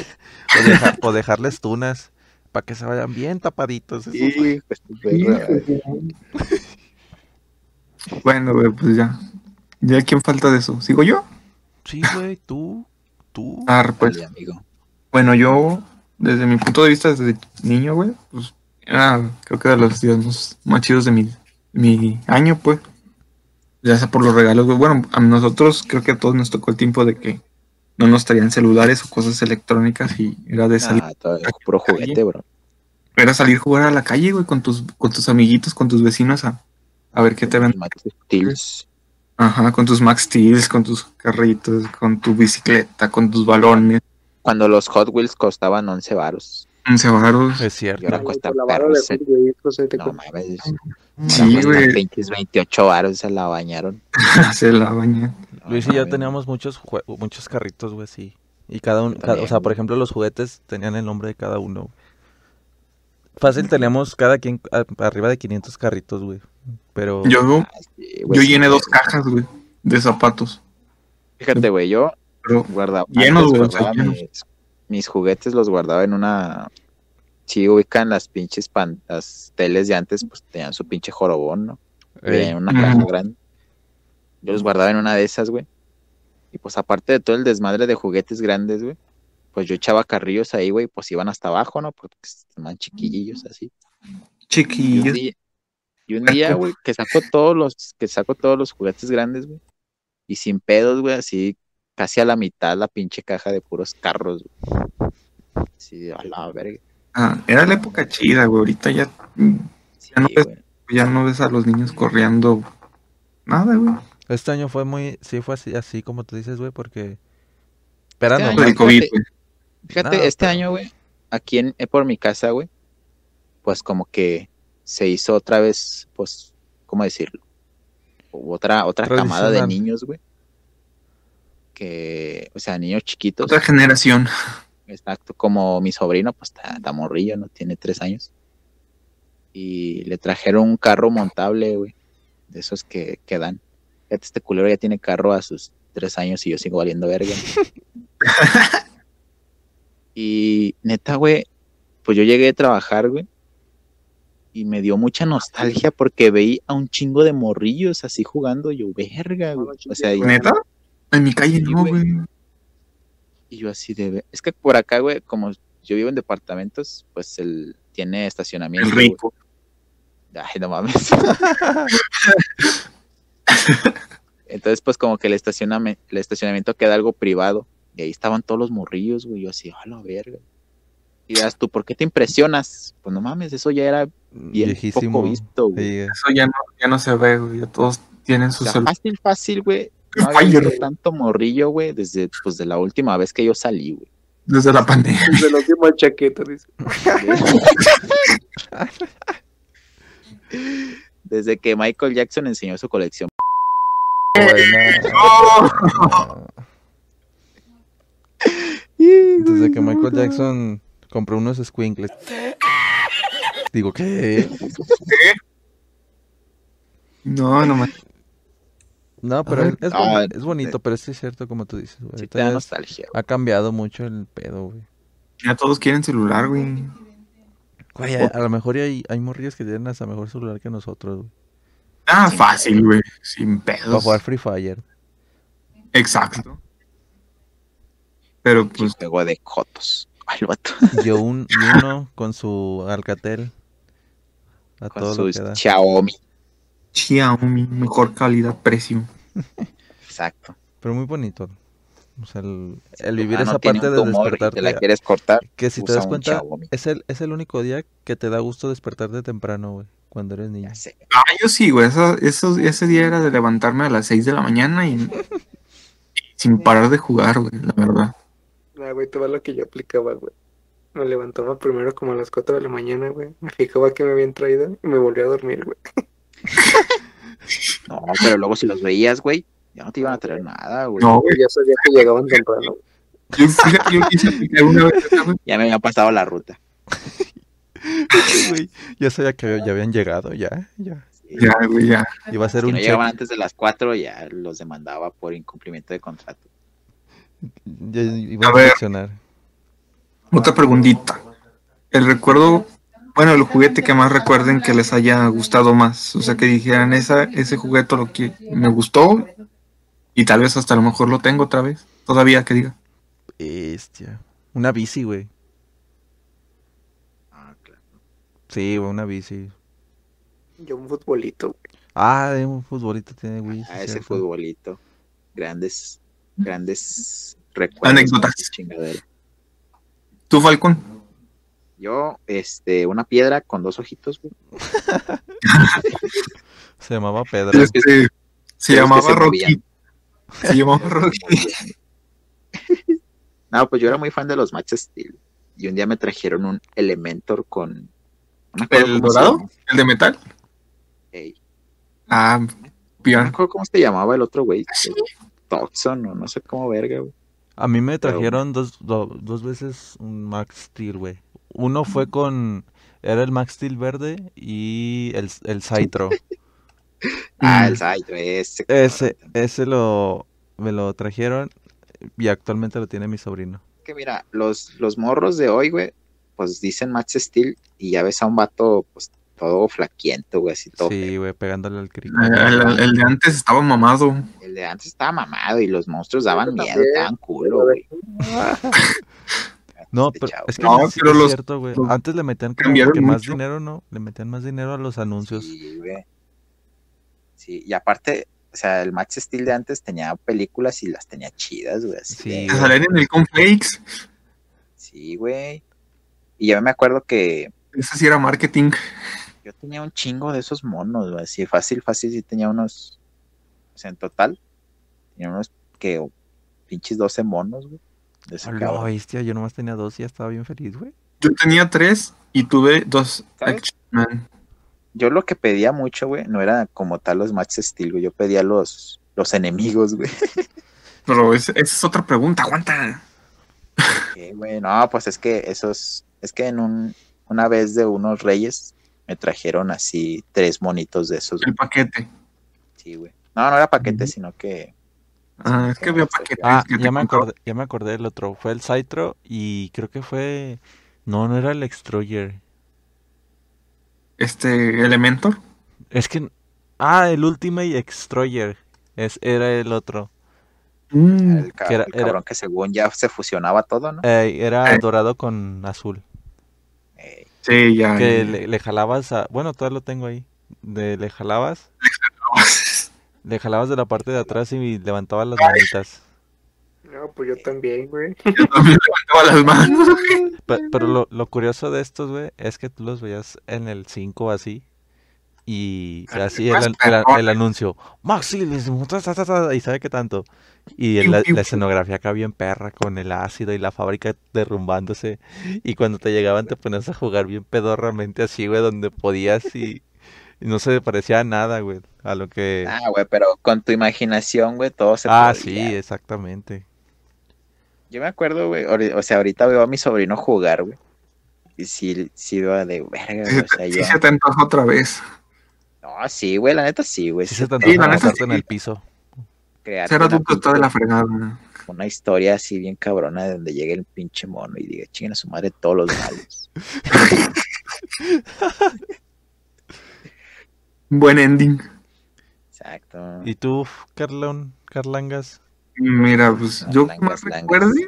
O, dejar- o dejarles tunas para que se vayan bien tapaditos. esos, güey.
Hijo de tu perra, Pues, güey.
Bueno, güey, pues ya. ¿Ya quién falta de eso? ¿Sigo yo?
Sí, güey, tú, tú.
Ah, pues.
Dale, amigo.
Bueno, yo, desde mi punto de vista, desde niño, güey, pues era, creo que de los días más, más chidos de mi, mi año, pues. Ya sea por los regalos, güey. Bueno, a nosotros creo que a todos nos tocó el tiempo de que no nos traían celulares o cosas electrónicas y era de salir,
Ah, todo- puro juguete, bro.
era salir a jugar a la calle, güey, con tus, con tus amiguitos, con tus vecinos a, a ver qué te ven.
Max Steels.
Ajá, con tus Max Steels, con tus carritos, con tu bicicleta, con tus balones,
Cuando los Hot Wheels costaban 11 varos.
11 varos.
Es
Y
cierto.
ahora
Ay,
cuesta
con la barra
perros.
de Hot Wheels, José, te
No
compras
mames.
Sí,
Sí,
güey.
28 varos se la bañaron.
Se la baña.
No
Luis y yo
mames.
teníamos muchos jue- muchos carritos, güey, sí. Y cada uno,
Yo
cada- o sea,
también.
por ejemplo, los juguetes tenían el nombre de cada uno. Fácil teníamos cada quien a- arriba de 500 carritos, güey. Pero
Yo,
Ah, sí, güey,
yo
sí,
llené
güey.
dos cajas, güey, de zapatos.
Fíjate, güey, yo
Pero
guardaba.
Llenos,
antes
güey,
guardaba
o sea, llenos.
mis, mis juguetes los guardaba en una. Si ubican las pinches pan, las teles de antes, pues tenían su pinche jorobón, ¿no? Y
Ey.
Tenían una caja
Ujú.
grande. Yo los guardaba en una de esas, güey. Y pues aparte de todo el desmadre de juguetes grandes, güey, pues yo echaba carrillos ahí, güey, pues iban hasta abajo, ¿no? Porque estaban chiquillillos así. Y un
chiquillos.
día, y un día, güey, que saco todos los, que saco todos los juguetes grandes, güey. Y sin pedos, güey, así casi a la mitad la pinche caja de puros carros, güey. Sí, a la verga.
Ah, era la época chida, güey. Ahorita ya,
Sí,
Ya no ves-
güey.
ya no ves a los niños corriendo nada, güey.
este año fue muy, sí fue así, así como tú dices, güey, porque Pero
Este
no,
año-
Por el COVID,
fíjate,
güey.
Fíjate,
Nada,
este
pero-
año, güey, aquí en, eh, por mi casa, güey, pues como que se hizo otra vez, pues, ¿cómo decirlo? Hubo Otra, otra camada de
Tradicional.
niños, güey. Que, o sea, niños chiquitos.
Otra generación.
Exacto, como mi sobrino, pues está, está morrillo, ¿no? Tiene tres años. Y le trajeron un carro montable, güey. De esos que, que dan. Fíjate, este culero ya tiene carro a sus tres años y yo sigo valiendo verga. y neta, güey, pues yo llegué a trabajar, güey. Y me dio mucha nostalgia porque veí a un chingo de morrillos así jugando. Yo, verga, güey. O sea, y-
¿Neta? En mi calle
Sí,
no,
güey.
güey.
y yo así de... ve- Es que por acá, güey, como yo vivo en departamentos, pues él tiene estacionamiento.
El
güey.
rico.
Ay, no mames. Entonces, pues como que el, estacioname- el estacionamiento queda algo privado. Y ahí estaban todos los morrillos, güey. Yo así, a la verga. Y dirás tú, ¿por qué te impresionas? Pues no mames, eso ya era bien
viejísimo.
poco visto, güey.
Sí, eh.
Eso ya no, ya no se ve, güey. Ya todos tienen su
O sea,
celular.
fácil, fácil, güey. No había
Fire.
visto tanto morrillo, güey, desde pues de la última vez que yo salí, güey.
Desde la pandemia.
de la última chaqueta, dice.
Desde que Michael Jackson enseñó su colección.
Buena. Desde que Michael Jackson compró unos squinkles. Digo, ¿qué?
No, no mames.
No, pero es,
Ah,
bon- es bonito, pero sí es cierto como tú dices. güey.
Sí
Ahorita
te da
ya es-
nostalgia.
ha cambiado mucho el pedo, güey.
Ya todos quieren celular, güey.
Güey, a, a lo mejor hay, hay morrillos que tienen hasta mejor celular que nosotros, güey.
Ah,
Sin
fácil,
pedos.
güey. Sin
Para
pedos.
jugar Free Fire.
Exacto. Pero
Un
pues,
juego de cotos. Ay, el vato.
Yo un, y uno con su Alcatel. A
Con
todo lo
sus
que da.
Xiaomi.
Xiaomi, mejor calidad, precio.
Exacto.
Pero muy bonito. O sea, el, el
Tu
vivir
mano
esa
ah, tiene
parte
un
de
tumor y
despertarte.
Te la quieres cortar.
Que si te
usa
das
un
cuenta,
Xiaomi.
es el, es el único día que te da gusto despertarte temprano, güey. Cuando eres niño.
Ya sé.
Ah, yo sí, güey. Eso, eso- ese día era de levantarme a las 6 de la mañana y sin parar de jugar, güey, la verdad.
Nah, Ah, güey, te va lo que yo aplicaba, güey. Me levantaba primero como a las 4 de la mañana, güey. Me fijaba que me habían traído y me volví a dormir, güey.
No, pero luego si los veías, güey, ya no te iban a traer nada, güey.
No, güey.
Ya sabía que llegaban temprano.
Yo, fíjate, yo quise aplicar una vez, esa, güey.
Ya me habían pasado la ruta.
Güey, ya sabía que ya habían llegado, ya, ya.
Sí.
Ya, güey, ya.
Iba a ser
Si
un
no
check.
llegaban antes de las 4, ya los demandaba por incumplimiento de contrato.
Ya iba
A
a,
ver.
reaccionar.
Otra preguntita. El recuerdo, bueno, el juguete que más recuerden que les haya gustado más. O sea, que dijeran, esa, ese juguete lo que me gustó y tal vez hasta a lo mejor lo tengo otra vez. Todavía que diga.
Bestia. Una bici, güey.
Ah, claro.
Sí, güey, una bici.
Yo un futbolito, güey.
Ah, de un futbolito tiene, güey. sí,
Ah, ese
cierto.
futbolito. Grandes, grandes recuerdos.
Anécdotas.
Chingadera.
¿Tú, Falcon?
Yo, este, una piedra con dos ojitos, güey.
Se llamaba Pedro.
Este, se
que
llamaba
se
Rocky.
movían.
Se llamaba Rocky.
No, pues yo era muy fan de los Match Steel. Y un día me trajeron un Elementor con. no me acuerdo
¿El
cómo se
dorado?
llama.
¿El de metal?
Ey,
Ah,
no me
pion.
acuerdo cómo se llamaba el otro
¿Ah,
güey. Toxon, o no sé cómo verga, güey.
A mí me
Pero-
trajeron dos, do- dos veces un Max Steel, güey. Uno fue con. Era el Max Steel verde y el, el Cytro.
Ah, el
Mm.
Saito, ese.
Ese,
cabrón.
ese lo, me lo trajeron y actualmente lo tiene mi sobrino.
Que mira, los, los morros de hoy, güey, pues dicen Match Steel y ya ves a un vato, pues todo flaquiento, güey, así todo.
Sí, güey, pegándole al crico.
El, el- el de antes estaba mamado.
El de antes estaba mamado y los monstruos daban
Yo
miedo,
también.
daban culo, güey.
No,
este
pero
chavo.
es que
No,
sí
pero
es
los-
cierto, güey.
los
Antes le metían como
cambiaron
que más
mucho.
dinero, ¿no? Le metían más dinero a los anuncios.
Sí, güey. Sí, y aparte, o sea, el Max Steel de antes tenía películas y las tenía chidas, güey. así
Sí,
de-
Que salían en el Conflakes.
Sí, güey. Y yo me acuerdo que
Ese sí era marketing.
yo tenía un chingo de esos monos, güey. Así fácil, fácil, sí tenía unos. O sea, en total, tenía unos que o- pinches 12 monos, güey. De ese
A la
cabrón.
bestia, yo nomás tenía dos y ya estaba bien feliz, güey.
Yo tenía tres y tuve dos
¿Sabes?
Action Man.
Yo lo que pedía mucho, güey, no era como tal los Max Steel, güey. Yo pedía los, los enemigos, güey.
Pero es- esa es otra pregunta, aguanta.
Ok, güey, no, pues es que esos, es que en un, una vez de unos reyes me trajeron así tres monitos de esos,
El
güey.
paquete.
Sí, güey. No, no era paquete, sino que
Ah, es que había paquetes.
Ah,
que te
ya me,
compraba.
acordé, ya me acordé del otro. Fue el Cytro y creo que fue. No, no era el Extroyer.
Este Elementor.
Es que. Ah, el Ultimate Extroyer. Es, era el otro.
era
Mm,
el, ca-
Que era-
el cabrón que según ya se fusionaba todo, ¿no?
Eh, era
Eh.
dorado con azul.
Ey,
sí, ya.
Que
ya.
le, le jalabas a. Bueno, todavía lo tengo ahí. De, le jalabas. Le jalabas de la parte de atrás y levantabas las manitas.
No, pues yo también, güey.
Yo también levantaba las manos.
Pe- Pero, lo, lo curioso de estos, güey, es que tú los veías en el 5 así. Y
Ah,
así el,
más
an- el an-
perrones.
el anuncio. Maxi, les ta, ta, ta, ta", y sabe qué tanto. Y en
Piu,
la,
piu, piu.
la escenografía acá bien perra con el ácido y la fábrica derrumbándose. Y cuando te llegaban te ponías a jugar bien pedorramente así, güey, donde podías y, y no se parecía a nada, güey. A lo que...
Ah, güey, pero con tu imaginación, güey, todo se
Ah,
podía.
sí, exactamente.
Yo me acuerdo, güey, ori- o sea, ahorita veo a mi sobrino jugar, güey. Y sí, sí veo de verga, güey, o sea,
Sí,
yo...
se te antoja otra vez.
No, sí, güey, la neta sí, güey.
Sí
Pues sí
se te
Sí, la
antoja
neta,
acostarte en
sí.
el piso.
crear
Ser
una
adulto está de
pinche-
la fregada.
una historia así bien cabrona de donde llegue el pinche mono y diga, chinguen a su madre todos los malos.
Buen ending.
Exacto.
¿Y tú, Carlón, Carlangas?
Mira, pues yo que más
Langas, langas.
recuerde.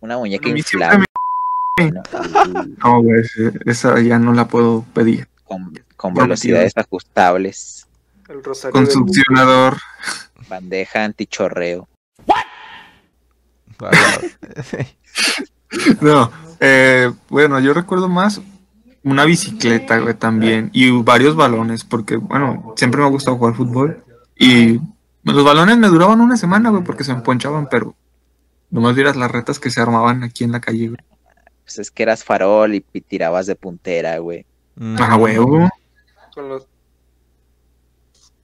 Una muñeca
a mí siempre
inflable. ¿no?
No, güey, ese- esa ya no la puedo pedir.
Con, con
No,
velocidades ajustables.
El rosario.
Con
del-
succionador.
Bandeja antichorreo.
Ah,
No, eh, bueno, yo recuerdo más una bicicleta, güey, también. Y varios balones, porque, bueno, siempre me ha gustado jugar fútbol. Y los balones me duraban una semana, güey, porque se me ponchaban, pero nomás vieras las retas que se armaban aquí en la calle, güey.
Pues es que eras farol y pi- tirabas de puntera, güey.
Mm.
Ah, huevo.
Con los...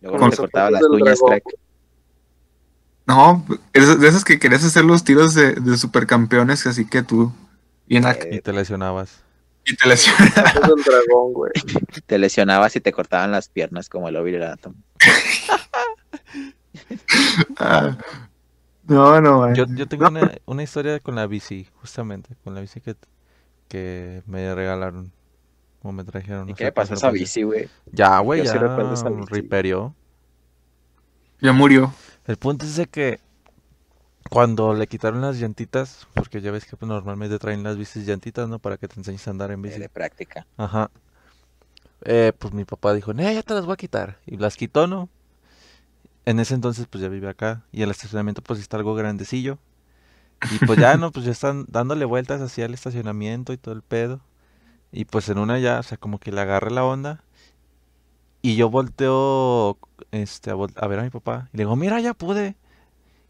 Luego
Con
te
los
cortabas las
zapatos del
uñas,
dragón.
crack.
No, es de esas que querías hacer los tiros de, de supercampeones, así que tú. Bien acá.
Y
Eh,
te lesionabas.
Y te lesionas.
zapatos del dragón, güey.
te lesionabas y te cortaban las piernas como el Obi Atom.
Ah, No, no, güey.
Yo, yo tengo
No,
una, una historia con la bici, justamente, con la bici que, que me regalaron o me trajeron.
¿Y
no
qué
sé,
le pasó a
pues,
esa
no pensé.
bici, güey?
Ya, güey,
Yo
ya
sí recuerdo esa bici.
riperió.
Ya murió.
El punto es de que cuando le quitaron las llantitas, porque ya ves que pues, normalmente traen las bicis llantitas, ¿no? Para que te enseñes a andar en
Eh,
bici.
De práctica.
Ajá. Eh, pues mi papá dijo, no, ya te las voy a quitar. Y las quitó, ¿no? En ese entonces, pues ya vivía acá. Y el estacionamiento, pues sí está algo grandecillo. Y pues ya, no, pues ya están dándole vueltas hacia el estacionamiento y todo el pedo. Y pues en una ya, o sea, como que le agarré la onda. Y yo volteo este, a, vol- a ver a mi papá. Y le digo, mira, ya pude.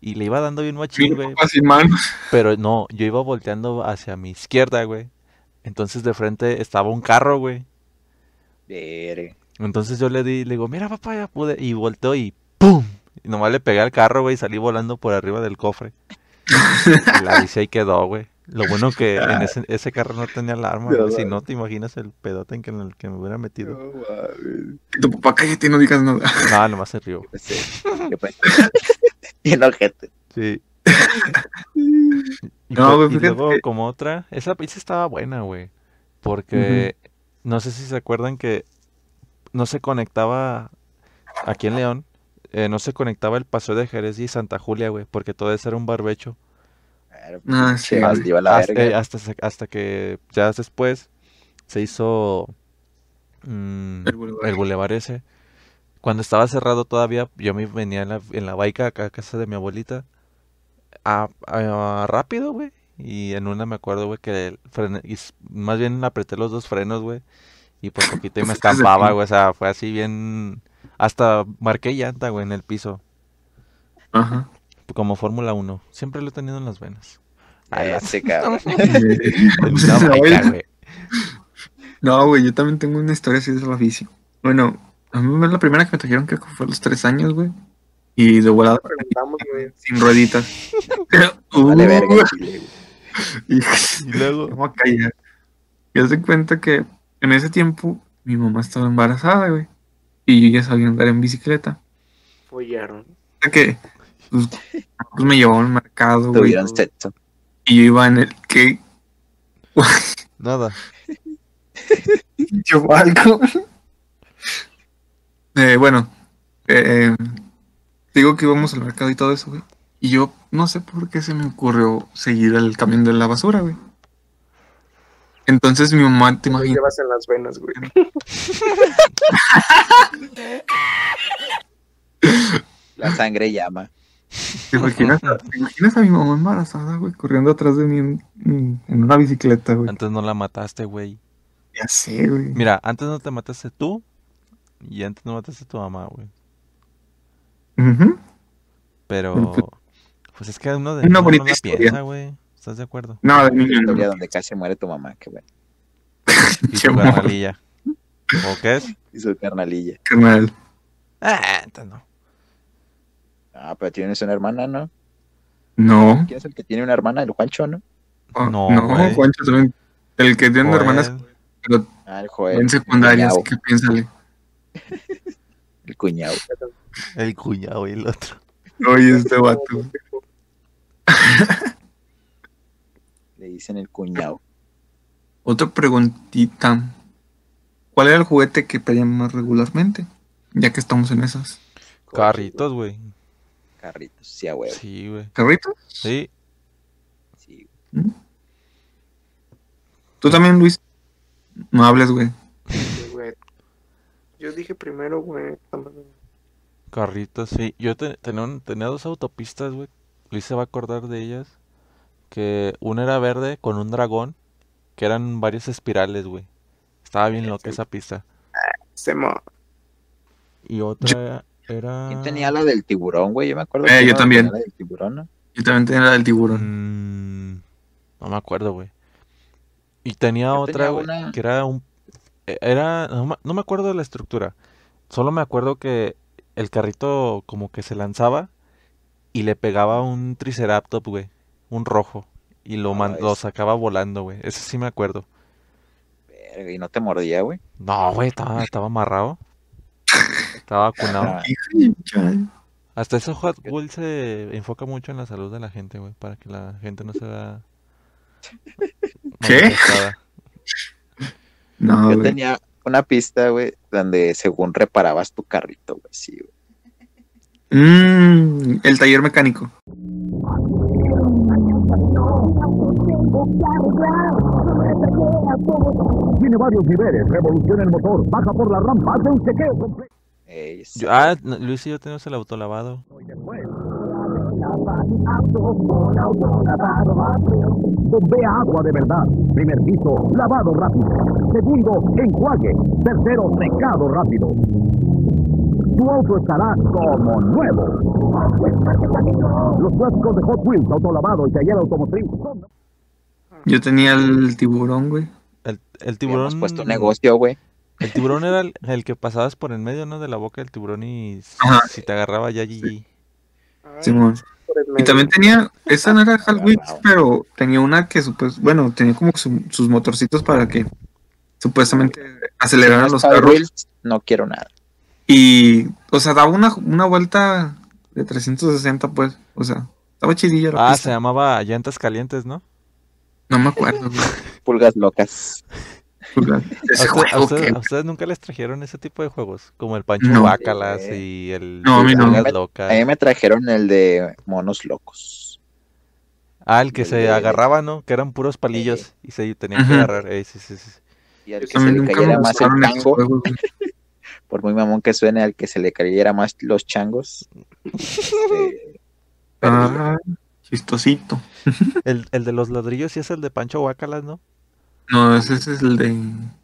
Y le iba dando bien machín, güey.
Papá sin manos.
Pero no, yo iba volteando hacia mi izquierda, güey. Entonces de frente estaba un carro, güey.
Verga.
Entonces yo le di, le digo, mira papá, ya pude. Y volteó y ¡pum! Y nomás le pegué al carro, güey, y salí volando por arriba del cofre. Y la bici ahí quedó, güey. Lo bueno que en ese, ese carro no tenía alarma,
No,
güey. Si
no.
no, te imaginas el pedote en, que, en el que me hubiera metido.
Que tu papá cállate y no digas nada.
No, nomás se rió.
Pues, sí. Yo pensé- Bien ojete.
Sí. Y,
No,
pues-
güey,
y
fíjate
luego
que-
como otra, esa pizza estaba buena, güey, porque no sé si se acuerdan que no se conectaba aquí en León, eh, no se conectaba el Paseo de Jerez y Santa Julia, güey, porque todo eso era un barbecho.
Claro,
Ah, sí,
pinche
güey.
Valdiva la
hasta,
verga.
eh, hasta se- hasta que ya después se hizo mm,
El bulevar.
el bulevar ese. Cuando estaba cerrado todavía, yo me venía en la, en la baica acá a casa de mi abuelita. A, a- rápido, güey. Y en una me acuerdo, güey, que el frene- y s- más bien apreté los dos frenos, güey. Y por poquito y me
Pues estás de
estampaba,
pin-
güey. O sea, fue así bien. Hasta marqué llanta, güey, en el piso.
Ajá.
Como Fórmula 1. Siempre lo he tenido en las venas. Ay,
Ah, ese cabrón.
en una
No,
baica,
Pues güey.
güey.
No, güey, yo también tengo una historia así de la bici. Bueno, a mí me- la primera que me trajeron creo que fue a los tres años, güey. Y de volada
Preguntamos, güey.
sin rueditas. Uh,
Vale verga el chile, güey.
y-
Y luego.
¿Cómo caía? Yo se cuenta que en ese tiempo mi mamá estaba embarazada, güey. Y yo ya sabía andar en bicicleta.
Follaron.
O sea que pues, pues, me llevaba al mercado, güey.
Tuvieron sexo.
Y yo iba en el que
Nada.
yo algo. Eh, bueno, eh, digo que íbamos al mercado y todo eso, güey. Y yo no sé por qué se me ocurrió seguir el camión de la basura, güey. Entonces mi mamá, te
Lo
imaginas,
llevas en las venas, güey.
La sangre llama.
¿Te imaginas, a- te imaginas a mi mamá embarazada, güey, corriendo atrás de mí en, en- en una bicicleta, güey?
Antes no la mataste, güey.
Ya sé, güey.
Mira, antes no te mataste tú y antes no mataste a tu mamá, güey.
Ujú.
Pero,
No, pues-
pues es que uno de
Una
niño no
bonita
la
historia.
piensa, güey. ¿Estás de acuerdo?
No, de niño no.
Historia donde casi muere tu mamá. Qué bueno.
Y
Che,
tu
mamá,
carnalilla. ¿O qué es?
Y su carnalilla.
carnal.
Ah, antes no.
Ah, pero tienes una hermana, ¿no?
No.
¿Quién es el que tiene una hermana? El Juancho, ¿no?
Ah,
No,
No,
güey. Pues,
Juancho también. El que tiene
Joel,
hermanas
Ah, el Joel.
en secundaria, así
cuñao.
que piénsale.
El cuñado.
El cuñado y el otro.
Oye, este vato.
Le dicen el cuñado.
Otra preguntita. ¿Cuál era el juguete que pedían más regularmente? Ya que estamos en esas.
Carritos, güey.
Carritos. Sí, a huevo.
Sí, güey.
¿Carrito?
Sí.
Sí.
¿Tú también, Luis? No hables, güey.
Sí, güey. Yo dije primero, güey.
Carritos, sí. Yo te- tenía, un- tenía dos autopistas, güey. Luis se va a acordar de ellas. Que una era verde con un dragón. Que eran varias espirales, güey. Estaba bien loca esa pista.
Se mo.
Y otra era...
¿Quién tenía la del tiburón, güey? Yo me acuerdo.
Eh,
que
yo
uno
también.
tenía La del tiburón, ¿no?
Yo también tenía la del tiburón.
Mm, no me acuerdo, güey. Y tenía
Yo
otra,
tenía
güey,
una-
que era un... e- Era... No, me- no me acuerdo de la estructura. Solo me acuerdo que el carrito como que se lanzaba y le pegaba un triceraptop, güey. Un rojo. Y lo, man-
Ah,
lo
ese.
sacaba volando, güey. Eso sí me acuerdo.
Verga, y no te mordía, güey.
No, güey, estaba, estaba amarrado. Estaba vacunado.
Ah,
Hasta eso Hot Wheels se enfoca mucho en la salud de la gente, güey, para que la gente no se vea
¿Qué?
manifestada.
No,
yo
güey.
tenía una pista, güey, donde según reparabas tu carrito, güey. Sí, güey.
Mm, el taller mecánico.
Tiene varios niveles, revoluciona el motor, baja por la rampa, hace un chequeo completo
Ey, sí.
ah, Yo- ah, no, Luis y yo tenemos el autolavado.
y después... la Bombea agua de verdad. Primer piso, lavado rápido. Segundo, enjuague. Tercero, secado rápido. Tu auto estará como nuevo. Los clásicos de Hot Wheels, autolavado y taller automotriz. son-
Yo tenía el tiburón, güey.
El, el
Hemos
tiburón.
puesto un negocio, güey.
El tiburón era el, el que pasabas por en medio, ¿no? De la boca del tiburón y s-
Ajá.
si te agarraba ya GG.
Ay,
Simón.
por el
Y
medio.
también tenía, esa no era Hot
Wow.
Wheels, pero tenía una que, supues- bueno, tenía como su- sus motorcitos para que supuestamente aceleraran Ah, los
Hot
carros.
Wheels, no quiero nada.
Y, o sea, daba una, una vuelta de 360, pues. O sea, estaba chidilla la
Ah,
pista.
se llamaba llantas calientes, ¿no?
No me acuerdo, güey.
Pulgas locas.
Pulgar.
¿A
Ese
usted- a
juego
usted-
que...
a ustedes nunca les trajeron ese tipo de juegos? Como el Pancho
No.
Bácalas y el
No, a mí no.
Pulgas
A
Locas.
Ah.
mí me trajeron el de monos locos.
Ah, el que
el
se
de-
agarraba, ¿no? Que eran puros palillos y se tenían que
Ujú.
agarrar. Eh, sí, sí, sí.
Y al que se
También
le
nunca me
cayera más el
gustaron esos
tango,
juegos, güey.
por muy mamón que suene, al que se le cayera más los changos. este, perdía.
Ah, chistosito.
El, el de los ladrillos sí es el de Pancho Bácalas, ¿no?
No, ese ese es el de...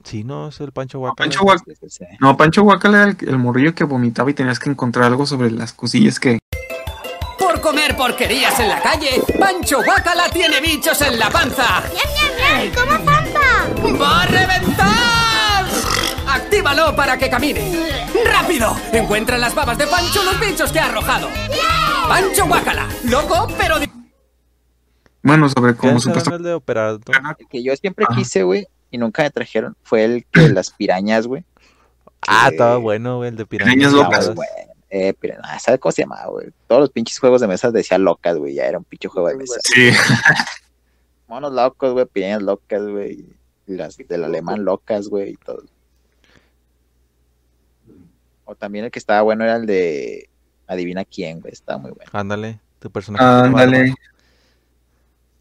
Sí, no, es el Pancho
No,
Bácalas.
Pancho Guacal.
Sí, sí, sí.
No, Pancho Guacal era el, el morrillo que vomitaba y tenías que encontrar algo sobre las cosillas que...
Por comer porquerías en la calle, Pancho Guacala tiene bichos en la panza.
¡Miam, miam, miam! ¡Como pampa!
¡Va a reventar! Actívalo para que camine. ¡Rápido! Encuentra en las babas de Pancho los bichos que ha arrojado. ¡Pancho Guacala! Loco, pero... di-
Bueno, sobre
¿Qué
cómo
será, no
supuestamente...
el de operando?
El que yo siempre
Ajá.
quise, güey, y nunca me trajeron, fue el que las pirañas, güey.
Ah,
que-
estaba bueno, güey, el de pirañas.
Pirañas
Lavadas.
locas.
güey. Eh, pira- ah, ¿Sabes cómo se llamaba, güey? Todos los pinches juegos de mesas decía locas, güey. Ya era un pinche juego de
Güey.
mesas.
Sí,
Monos locos, güey, pirañas locas, güey. y Las del alemán locas, güey, y todo. O también el que estaba bueno era el de Adivina quién, güey. Estaba muy bueno.
Ándale, tu personaje. tiene barba.
ándale.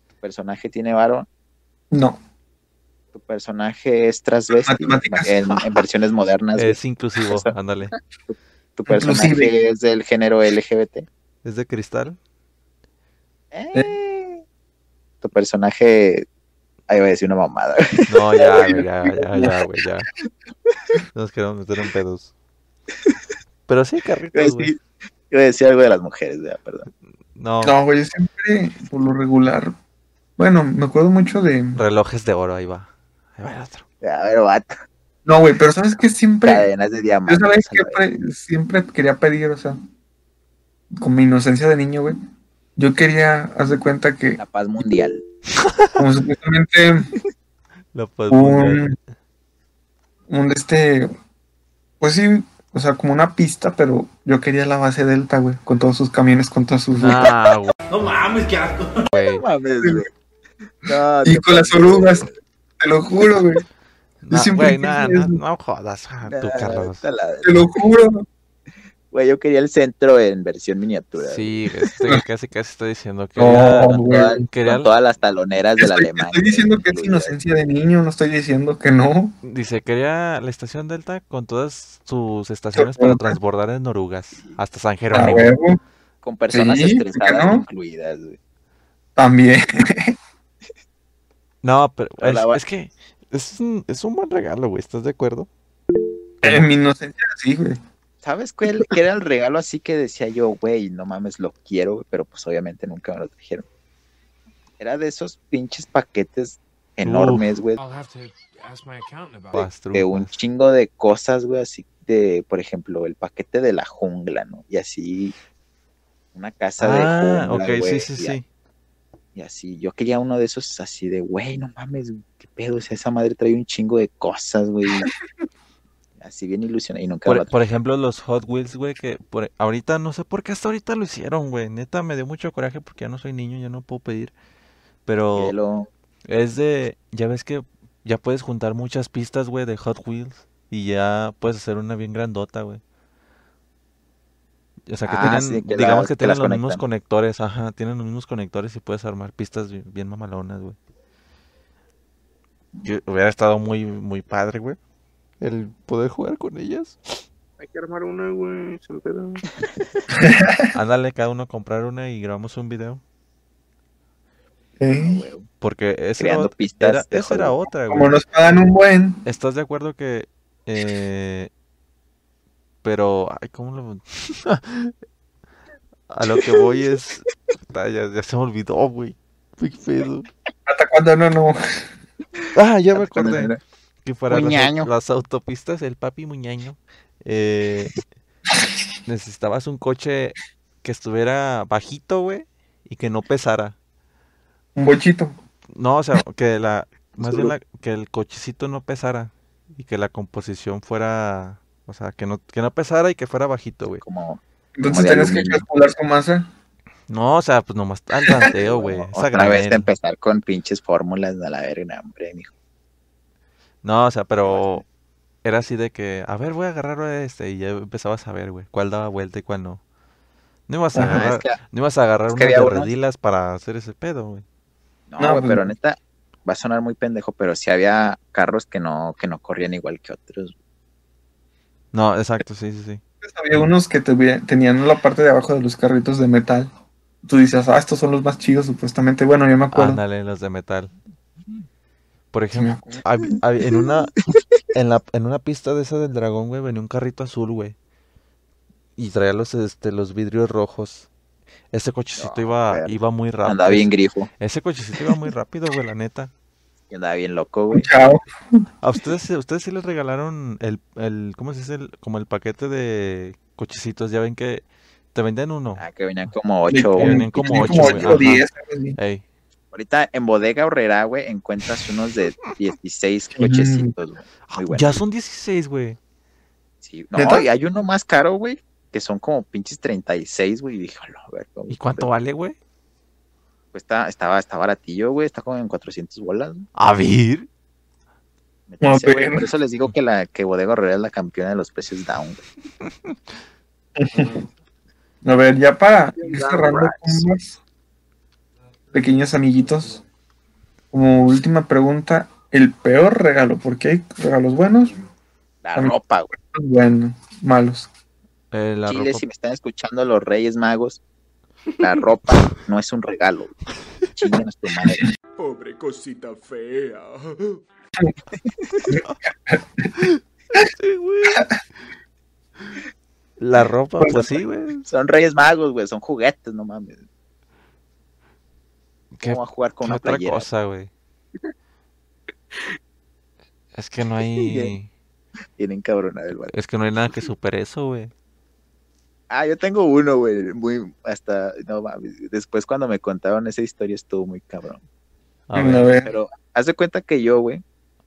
Tu personaje tiene varón.
No,
Tu personaje es transvesti.
Matemáticas.
En, en versiones modernas, güey.
Es inclusivo, ándale.
Tu personaje
inclusive.
es del género LGBT.
¿Es de cristal?
Eh. Tu personaje. Ahí voy a decir una mamada, güey.
No, ya, güey, ya, ya, ya, güey, ya. Nos queremos meter en pedos. Pero sí,
Iba a
Pues
carritos, güey.
decir- iba a decir algo de las mujeres, ya, perdón.
No,
no, güey, yo siempre por lo regular. Bueno, me acuerdo mucho de...
relojes de oro, ahí va. Ahí va el otro.
Ya, pero vato,
No, güey, pero ¿sabes qué? Siempre...
cadenas de
Yo
diamantes.
esa vez
a la vez.
siempre, siempre quería pedir, o sea, con mi inocencia de niño, güey. Yo quería, haz de cuenta que,
La paz mundial.
como supuestamente
La
pues,
paz mundial.
un, un de este, pues sí, o sea, como una pista, pero yo quería la base Delta, güey, con todos sus camiones, con todas sus...
Ah, güey,
No mames, qué asco.
güey.
No mames, güey. No,
y
te
con las
pases,
orugas,
güey.
te lo juro, güey,
No,
siempre
güey,
quise
no, no,
eso.
no jodas ah, tú,
Nah,
Carlos.
vete a la-
te lo juro.
Güey, yo quería el centro en versión miniatura. güey,
Sí, este, casi, casi estoy diciendo que...
No,
era-
con
güey.
todas-
quería-
con todas las taloneras del
Estoy,
alemán.
estoy diciendo que es
incluidas.
inocencia de niño, no estoy diciendo que no.
Dice, quería la estación Delta con todas sus estaciones para transbordar en orugas hasta San
A
Jerónimo.
huevo,
Con personas
Sí, ¿por qué
estresadas
no?
incluidas, güey.
también.
No, pero
Pero
es,
la va-
es que es un, es un buen regalo, güey, ¿estás de acuerdo?
En mi inocencia, sí, güey.
¿Sabes cuál que era el regalo así que decía yo, güey, no mames, lo quiero, güey, pero pues obviamente nunca me lo trajeron? Era de esos pinches paquetes enormes, güey,
I'll have to ask my accountant about it.
Las
de un
trujas.
chingo de cosas, güey, así de, por ejemplo, el paquete de la jungla, ¿no? Y así una casa de
Ah,
jungla,
ok,
güey,
sí, sí,
y,
sí.
y así, yo quería uno de esos así de, güey, no mames, qué pedo, o sea, esa madre trae un chingo de cosas, güey. así bien ilusionado y nunca me lo
Por, por ejemplo, los Hot Wheels, güey, que por, ahorita no sé por qué hasta ahorita lo hicieron, güey. Neta, me dio mucho coraje porque ya no soy niño, ya no puedo pedir. Pero
trajeron.
es de, ya ves que ya puedes juntar muchas pistas, güey, de Hot Wheels y ya puedes hacer una bien grandota, güey. O sea, que
Ah,
tienen,
sí, que
digamos
las-
que
que las
tienen los mismos
conectan.
conectores, ajá, tienen los mismos conectores y puedes armar pistas bi- bien mamalonas, güey. Yo- hubiera estado muy, muy padre, güey. El poder jugar con ellas.
Hay que armar una, güey. Sin pedo.
Ándale, cada uno comprar una y grabamos un video.
Ah,
¿Eh?
huevo.
Porque esa era,
Creando
ot-
pistas
era-
de
esa era
juego.
otra,
Como
güey.
nos pagan un buen.
¿Estás de acuerdo que... eh, pero... Ay, ¿cómo lo...? A lo que voy es... Puta, Ya, ya se me olvidó, güey. Qué pedo.
¿Hasta cuándo no, no?
Ah, ya me
Hasta cuando
acordé.
era-
Que para las,
Muñaño.
las autopistas, el papi Muñaño, eh, necesitabas un coche que estuviera bajito, güey, y que no pesara.
Un bochito.
No, o sea, que la, más bien la- que el cochecito no pesara y que la composición fuera, o sea, que no, que no pesara y que fuera bajito, güey.
Como
Entonces
de
tenías que
aluminio.
calcular su masa.
No, o sea, pues nomás al tanteo, güey, esa
otra vez
granel.
empezar con pinches fórmulas a la verga, hombre, mijo.
No, o sea, pero era así de que, a ver, voy a agarrar este y ya empezabas a ver, güey, cuál daba vuelta y cuál no. No ibas a
Ajá,
agarrar,
es que-
no ibas a agarrar
es que
unas
había
de
unos-
redilas para hacer ese pedo, güey.
No,
No,
güey,
pues
pero
no.
neta, va a sonar muy pendejo, pero sí había carros que no, que no corrían igual que otros.
No, exacto, sí, sí, sí.
Había unos que tuvi- tenían la parte de abajo de los carritos de metal. Tú dices, ah, estos son los más chidos, supuestamente. Bueno, yo me acuerdo.
Ándale, los de metal. Por
Sí me
ejemplo,
acuerdo.
hab- hab- en una, en la, en una pista de esa del dragón, güey, venía un carrito azul, güey. Y traía los, este, los vidrios rojos. Ese cochecito
No,
iba,
verga.
iba muy rápido.
Andaba bien grifo,
Ese cochecito iba muy rápido, güey, la neta.
y andaba bien loco, güey.
Chao.
¿A ustedes, a ustedes sí les regalaron el, el, ¿cómo se dice? El- como el paquete de cochecitos. Ya ven que te venden uno.
Ah, que venían como ocho,
que
güey.
venían como
Tenía
ocho, güey,
ocho o
ajá.
10. algo así.
Ey,
Ahorita en Bodega Horrera, güey, encuentras unos de 16 cochecitos, güey. Muy bueno.
Ah, ya son 16, güey.
Sí, No,
¿Neta?
y hay uno más caro, güey, que son como pinches 36, güey. Y dije, "A la verga, güey,
¿Y cuánto vale, güey?
Cuesta, estaba, está baratillo, güey. Está como en 400 bolas. güey.
A ver.
Me parece,
No,
güey,
pero-
Por eso les digo que la que Bodega Horrera es la campeona de los precios down, güey.
A ver, ya para ir cerrando con unos pequeños amiguitos. Como última pregunta, el peor regalo, porque hay regalos buenos,
La
También-
ropa, güey.
buenos, malos.
Eh, la
Chile,
ropa-
si me están escuchando los Reyes Magos, la ropa no es un regalo. güey. Chinguen a su madre.
Pobre cosita fea.
La ropa, pues sí, güey.
Son Reyes Magos, güey. Son juguetes, no mames.
¿Qué,
¿Cómo va a jugar con
qué
una
otra
playera?
cosa, güey? Es que no hay.
Tienen cabronada el barrio.
Es que no hay nada que supere eso, güey.
Ah, yo tengo uno, güey. Muy hasta. No mames. Después, cuando me contaron esa historia, estuvo muy cabrón.
A
A
ver.
ver,
Pero haz de cuenta que yo, güey,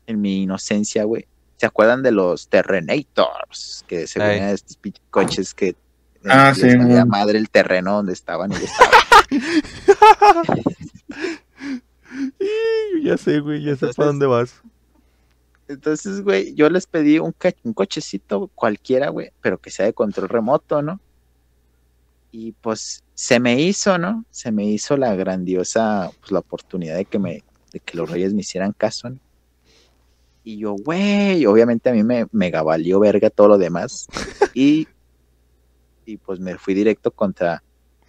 en mi inocencia, güey, ¿se acuerdan de los Terrenators? Que se
Ey.
venían estos pinches coches que eh,
Ah,
les
sí,
valía
mm.
madre el terreno donde estaban y ya estaban.
Ya sé, güey, ya sé
Entonces-
para dónde vas.
Entonces, güey, yo les pedí un, ca- un cochecito cualquiera, güey, pero que sea de control remoto, ¿no? Y pues se me hizo, ¿no? Se me hizo la grandiosa, pues la oportunidad de que me, de que los reyes me hicieran caso, ¿no? Y yo, güey, obviamente a mí me mega valió verga todo lo demás. Y, y pues me fui directo contra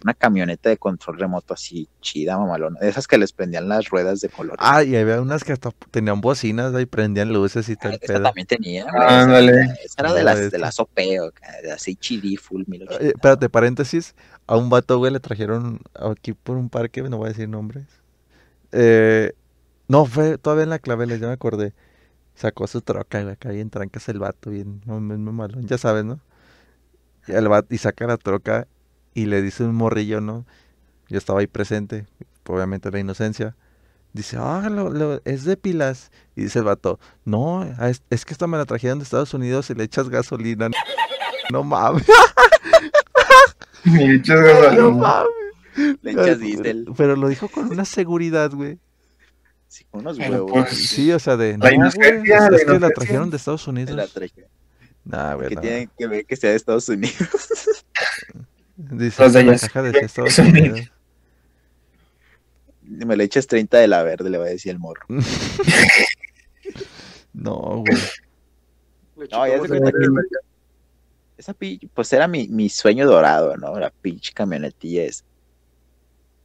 una camioneta de control remoto así chida, mamalona. De esas que les prendían las ruedas de color.
Ah, y había unas que hasta tenían bocinas ahí, prendían luces y tal
Esa
pedo.
también tenía. güey,
Ah,
esa-
ándale.
esa era de las,
Esta.
de las OP, o ca- de las HD Full
Eh,
1080.
espérate, paréntesis. A un vato, güey, le trajeron aquí por un parque, no voy a decir nombres. Eh, no, fue todavía en la Claveles, ya me acordé. Sacó su troca, güey, acá bien trancas el vato, bien, no, no, no, malón, ya sabes, ¿no? Y, el vato- y saca la troca y le dice un morrillo, ¿no? Yo estaba ahí presente, obviamente la inocencia. Dice, ah, lo- lo- es de pilas. Y dice el vato, no, a es, es que esta me la trajeron de Estados Unidos y le echas gasolina. No, no mames.
Muchas gracias.
No mames.
Le
Pero-
echas diésel,
Pero lo dijo con una seguridad, güey.
sí, unos
Pero,
huevos.
pues,
sí,
Sí, o sea, de.
La
no,
inocencia,
güey, es-
la
es que la
inocencia.
trajeron de Estados
se la
Unidos.
traje.
Nah, güey.
Que
no.
tienen que ver que sea de Estados Unidos.
Dice
Los de
"Esta
ellos".
caja decía Estados Unidos.
Me le echas 30 de la verde, le va a decir el morro.
No, güey.
Le
No, ya se
chupamos
cuenta
el-
Esa pinche, pues era mi, mi sueño dorado, ¿no? La pinche camionetilla es.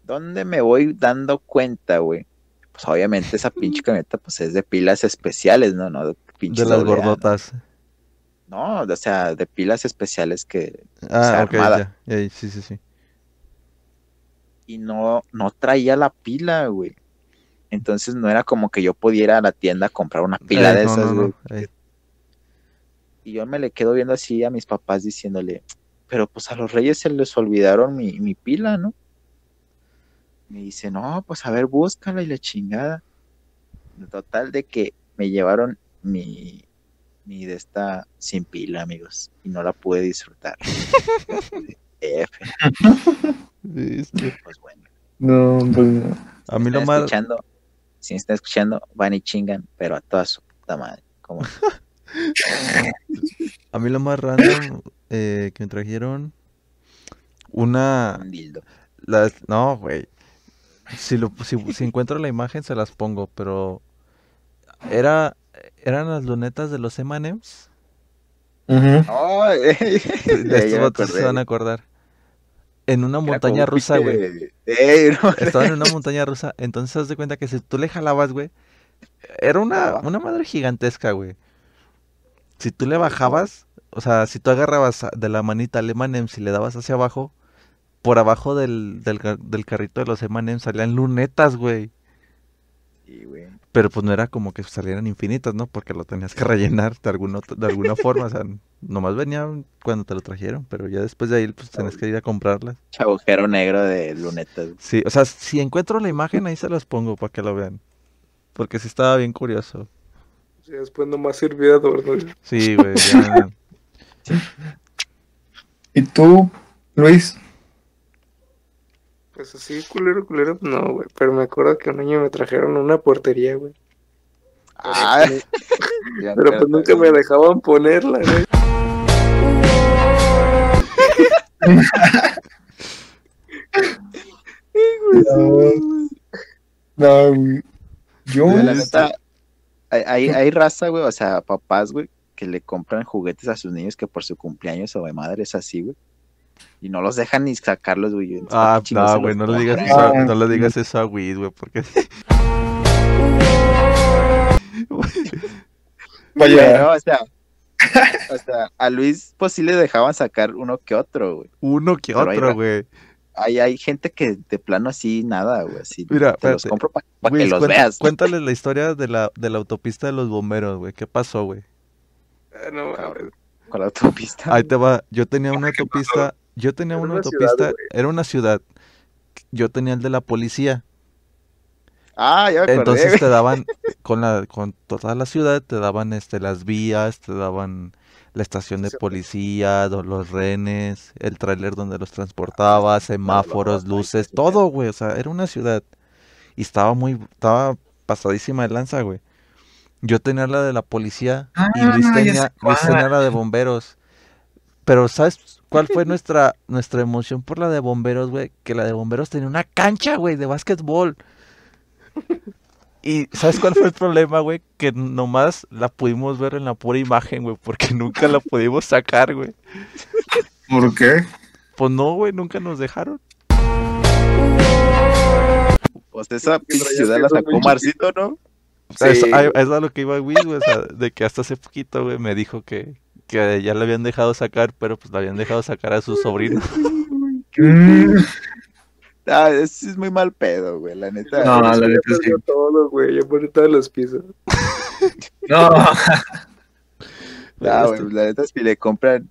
¿Dónde me voy dando cuenta, güey? Pues obviamente esa pinche camioneta, pues es de pilas especiales, ¿no? No, de pinches
De las
doble A, ¿no?
gordotas.
No, o sea, de pilas especiales que
Ah,
sea,
ok,
armada.
ya, ya, Sí, sí, sí.
y no, no traía la pila, güey. Entonces no era como que yo pudiera ir a la tienda a comprar una pila
Eh,
de
no,
esas,
no, no,
güey.
eh,
Y yo me le quedo viendo así a mis papás diciéndole, pero pues a los reyes se les olvidaron mi, mi pila, ¿no? Me dice, no, pues a ver, búscala y la chingada. Total de que me llevaron mi, mi de esta sin pila, amigos, y no la pude disfrutar. F,
este,
pues bueno.
No, pues no.
A mí
están
lo más.
escuchando, si me están escuchando, van y chingan, pero a toda su puta madre. Como,
A mí lo más random eh, que me trajeron una.
un dildo.
Las, no, güey. Si, lo, si, si encuentro la imagen, se las pongo, pero. Era, eran las lunetas de los M&M's.
No, eh,
De
ya
estos
me
vatos se
acordé.
van a acordar. En una
Era
montaña
como un
rusa, güey.
pinche- Ey, no,
Estaban en una montaña rusa. Entonces, haz de cuenta que si tú le jalabas, güey. Era una, una madre gigantesca, güey. Si tú le bajabas, o sea, si tú agarrabas a- de la manita al M&M's y le dabas hacia abajo, por abajo del, del, ca- del carrito de los M&M's salían lunetas, güey.
Sí, güey.
Pero pues no era como que salieran infinitas, ¿no? Porque lo tenías que rellenar de, alguna ot- de alguna forma. O sea, nomás venían cuando te lo trajeron, pero ya después de ahí, pues tenías que ir a comprarlas.
Pinche agujero negro de lunetas.
Sí, o sea, si encuentro la imagen, ahí se las pongo para que lo vean. Porque sí estaba bien curioso.
O sea, después nomás sirvió de adorno.
Sí, güey. ya.
¿Y tú, Luis?
Pues así, culero, culero, no, güey. Pero me acuerdo que un año me trajeron una portería, güey.
Ah,
Ah,
Pero pues nunca me dejaban ponerla, güey.
No, no güey. yo.
Güey, la neta, hay, hay, hay raza, güey, o sea, papás, güey, que le compran juguetes a sus niños que por su cumpleaños o de madre es así, güey. Y no los dejan ni sacarlos, güey. Entonces, ¿para
Ah,
qué chingados
no,
se
güey,
los
no le digas
compran?
eso, a-
Ah.
no le digas eso a Weed, güey, porque
Vaya,
Pero, o sea, o sea, a Luis, pues sí le dejaban sacar uno que otro, güey.
uno que
Pero ahí
otro,
va.
güey.
Hay, hay gente que de plano así nada, güey. Así
Mira,
te los
espérate.
compro para que
Luis,
los
cuenta-
veas.
Cuéntales la historia de la, de la autopista de los bomberos, güey. ¿Qué pasó, güey?
Ah, no, mames.
Con la autopista.
Ahí te va. Yo tenía una autopista. Yo tenía
Era
una
una ciudad,
autopista.
güey.
Era una ciudad. Yo tenía el de la policía.
Ah, ya me acordé,
Entonces
güey.
te daban, con la, con toda la ciudad, te daban este las vías, te daban la estación de policía, do- los renes, el tráiler donde los transportabas, semáforos,
no, no,
luces,
sí,
todo, güey. O sea, era una ciudad. Y estaba muy, estaba pasadísima de lanza, güey. Yo tenía la de la policía y
Ah,
Luis
ya
tenía,
sé
Luis
cuál.
tenía la de bomberos. Pero, ¿sabes cuál fue nuestra, nuestra emoción por la de bomberos, güey? Que la de bomberos tenía una cancha, güey, de básquetbol. Y ¿sabes cuál fue el problema, güey? Que nomás la pudimos ver en la pura imagen, güey, porque nunca la pudimos sacar, güey.
¿por qué?
Pues no, güey, nunca nos dejaron.
Pues esa pinche
rayas
ciudad
que
la
son
sacó
muy
Marcito, ¿no?
O sea,
Sí.
Es, a- es a lo que iba Will, güey, o sea, de que hasta hace poquito, güey, me dijo que, que ya la habían dejado sacar, pero pues la habían dejado sacar a su sobrino.
Mm,
Ah, es, es muy mal pedo, güey, la neta. Ah,
No, la
Eso ya
neta sí.
perdió todo, güey. Ya perdí todos los pisos.
no,
Ah, güey, la neta, si le compran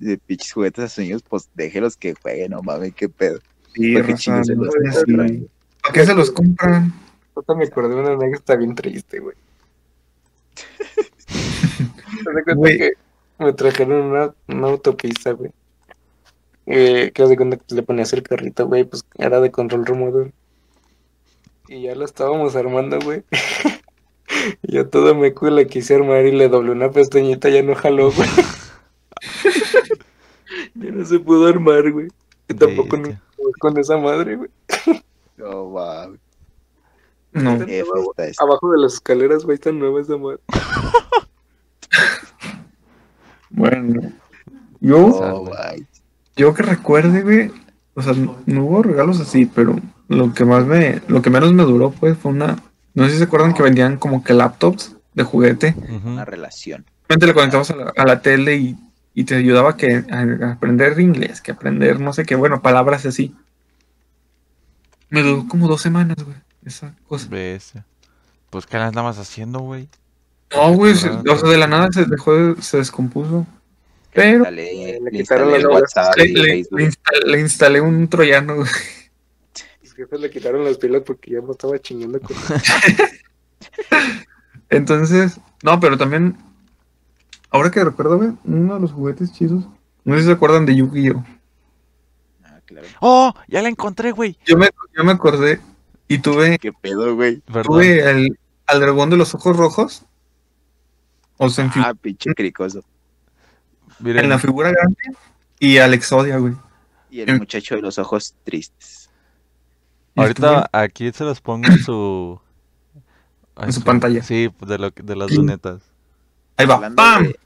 de pinches juguetes a sus niños, pues déjelos que jueguen, no mames, qué pedo.
sí,
Porque
raza,
chingues, se los
no es
compran.
así. ¿Para qué se los compran?
Ahorita me acordé de una anécdota bien triste, güey. Haz de cuenta
Güey.
que me trajeron una, una autopista, güey. Eh, que haz de cuenta que le ponías el carrito, güey, pues era de control remoto. Y ya lo estábamos armando, güey. Y Yo todo me la quise armar y le doblé una pestañita, ya no jaló, güey. ya no se pudo armar, güey. Y tampoco
Vete.
nunca jugué con esa madre, güey.
No mames,
No.
F está esa.
Abajo de las escaleras, güey, está nueva esa madre.
Bueno, Yo,
Sale.
guay.
yo que recuerde, güey. O sea, no, no hubo regalos así, pero lo que más me, lo que menos me duró, pues, fue una. No sé si se acuerdan que vendían como que laptops de juguete.
Ujú.
Una relación.
Simplemente le conectabas a la, a la tele y, y te ayudaba que, a, a aprender inglés, que aprender no sé qué, bueno, palabras así. Me duró como dos semanas, güey, esa cosa.
Bestia. Pues, ¿qué la andabas haciendo, güey?
No, güey, se- o sea, de la nada se dejó, de- se descompuso. Pero
Dale,
Le
le
quitaron
instalé
los
WhatsApp
le,
y
le-
Facebook.
le instal- le instalé un troyano, güey.
Mis jefes le quitaron las pilas porque ya me estaba chingando con
Entonces, no, pero también, ahora que recuerdo, güey, uno de los juguetes chidos, no sé si se acuerdan de Yu-Gi-Oh!
Ah, claro.
¡Oh! Ya la encontré, güey.
Yo me, yo me acordé y tuve,
¿Qué pedo, güey?
Perdón.
tuve al, al dragón de los ojos rojos, o sea, en, fi-
Ah, pinche cricoso.
Miren,
en la figura grande, y al Exodia, güey.
Y
Em.
el muchacho de los ojos tristes.
ahorita aquí se los pongo en su...
En su pantalla.
Sí, de, lo, que- de las
Sí.
lunetas.
Ahí va,
Hablando
¡pam!
de-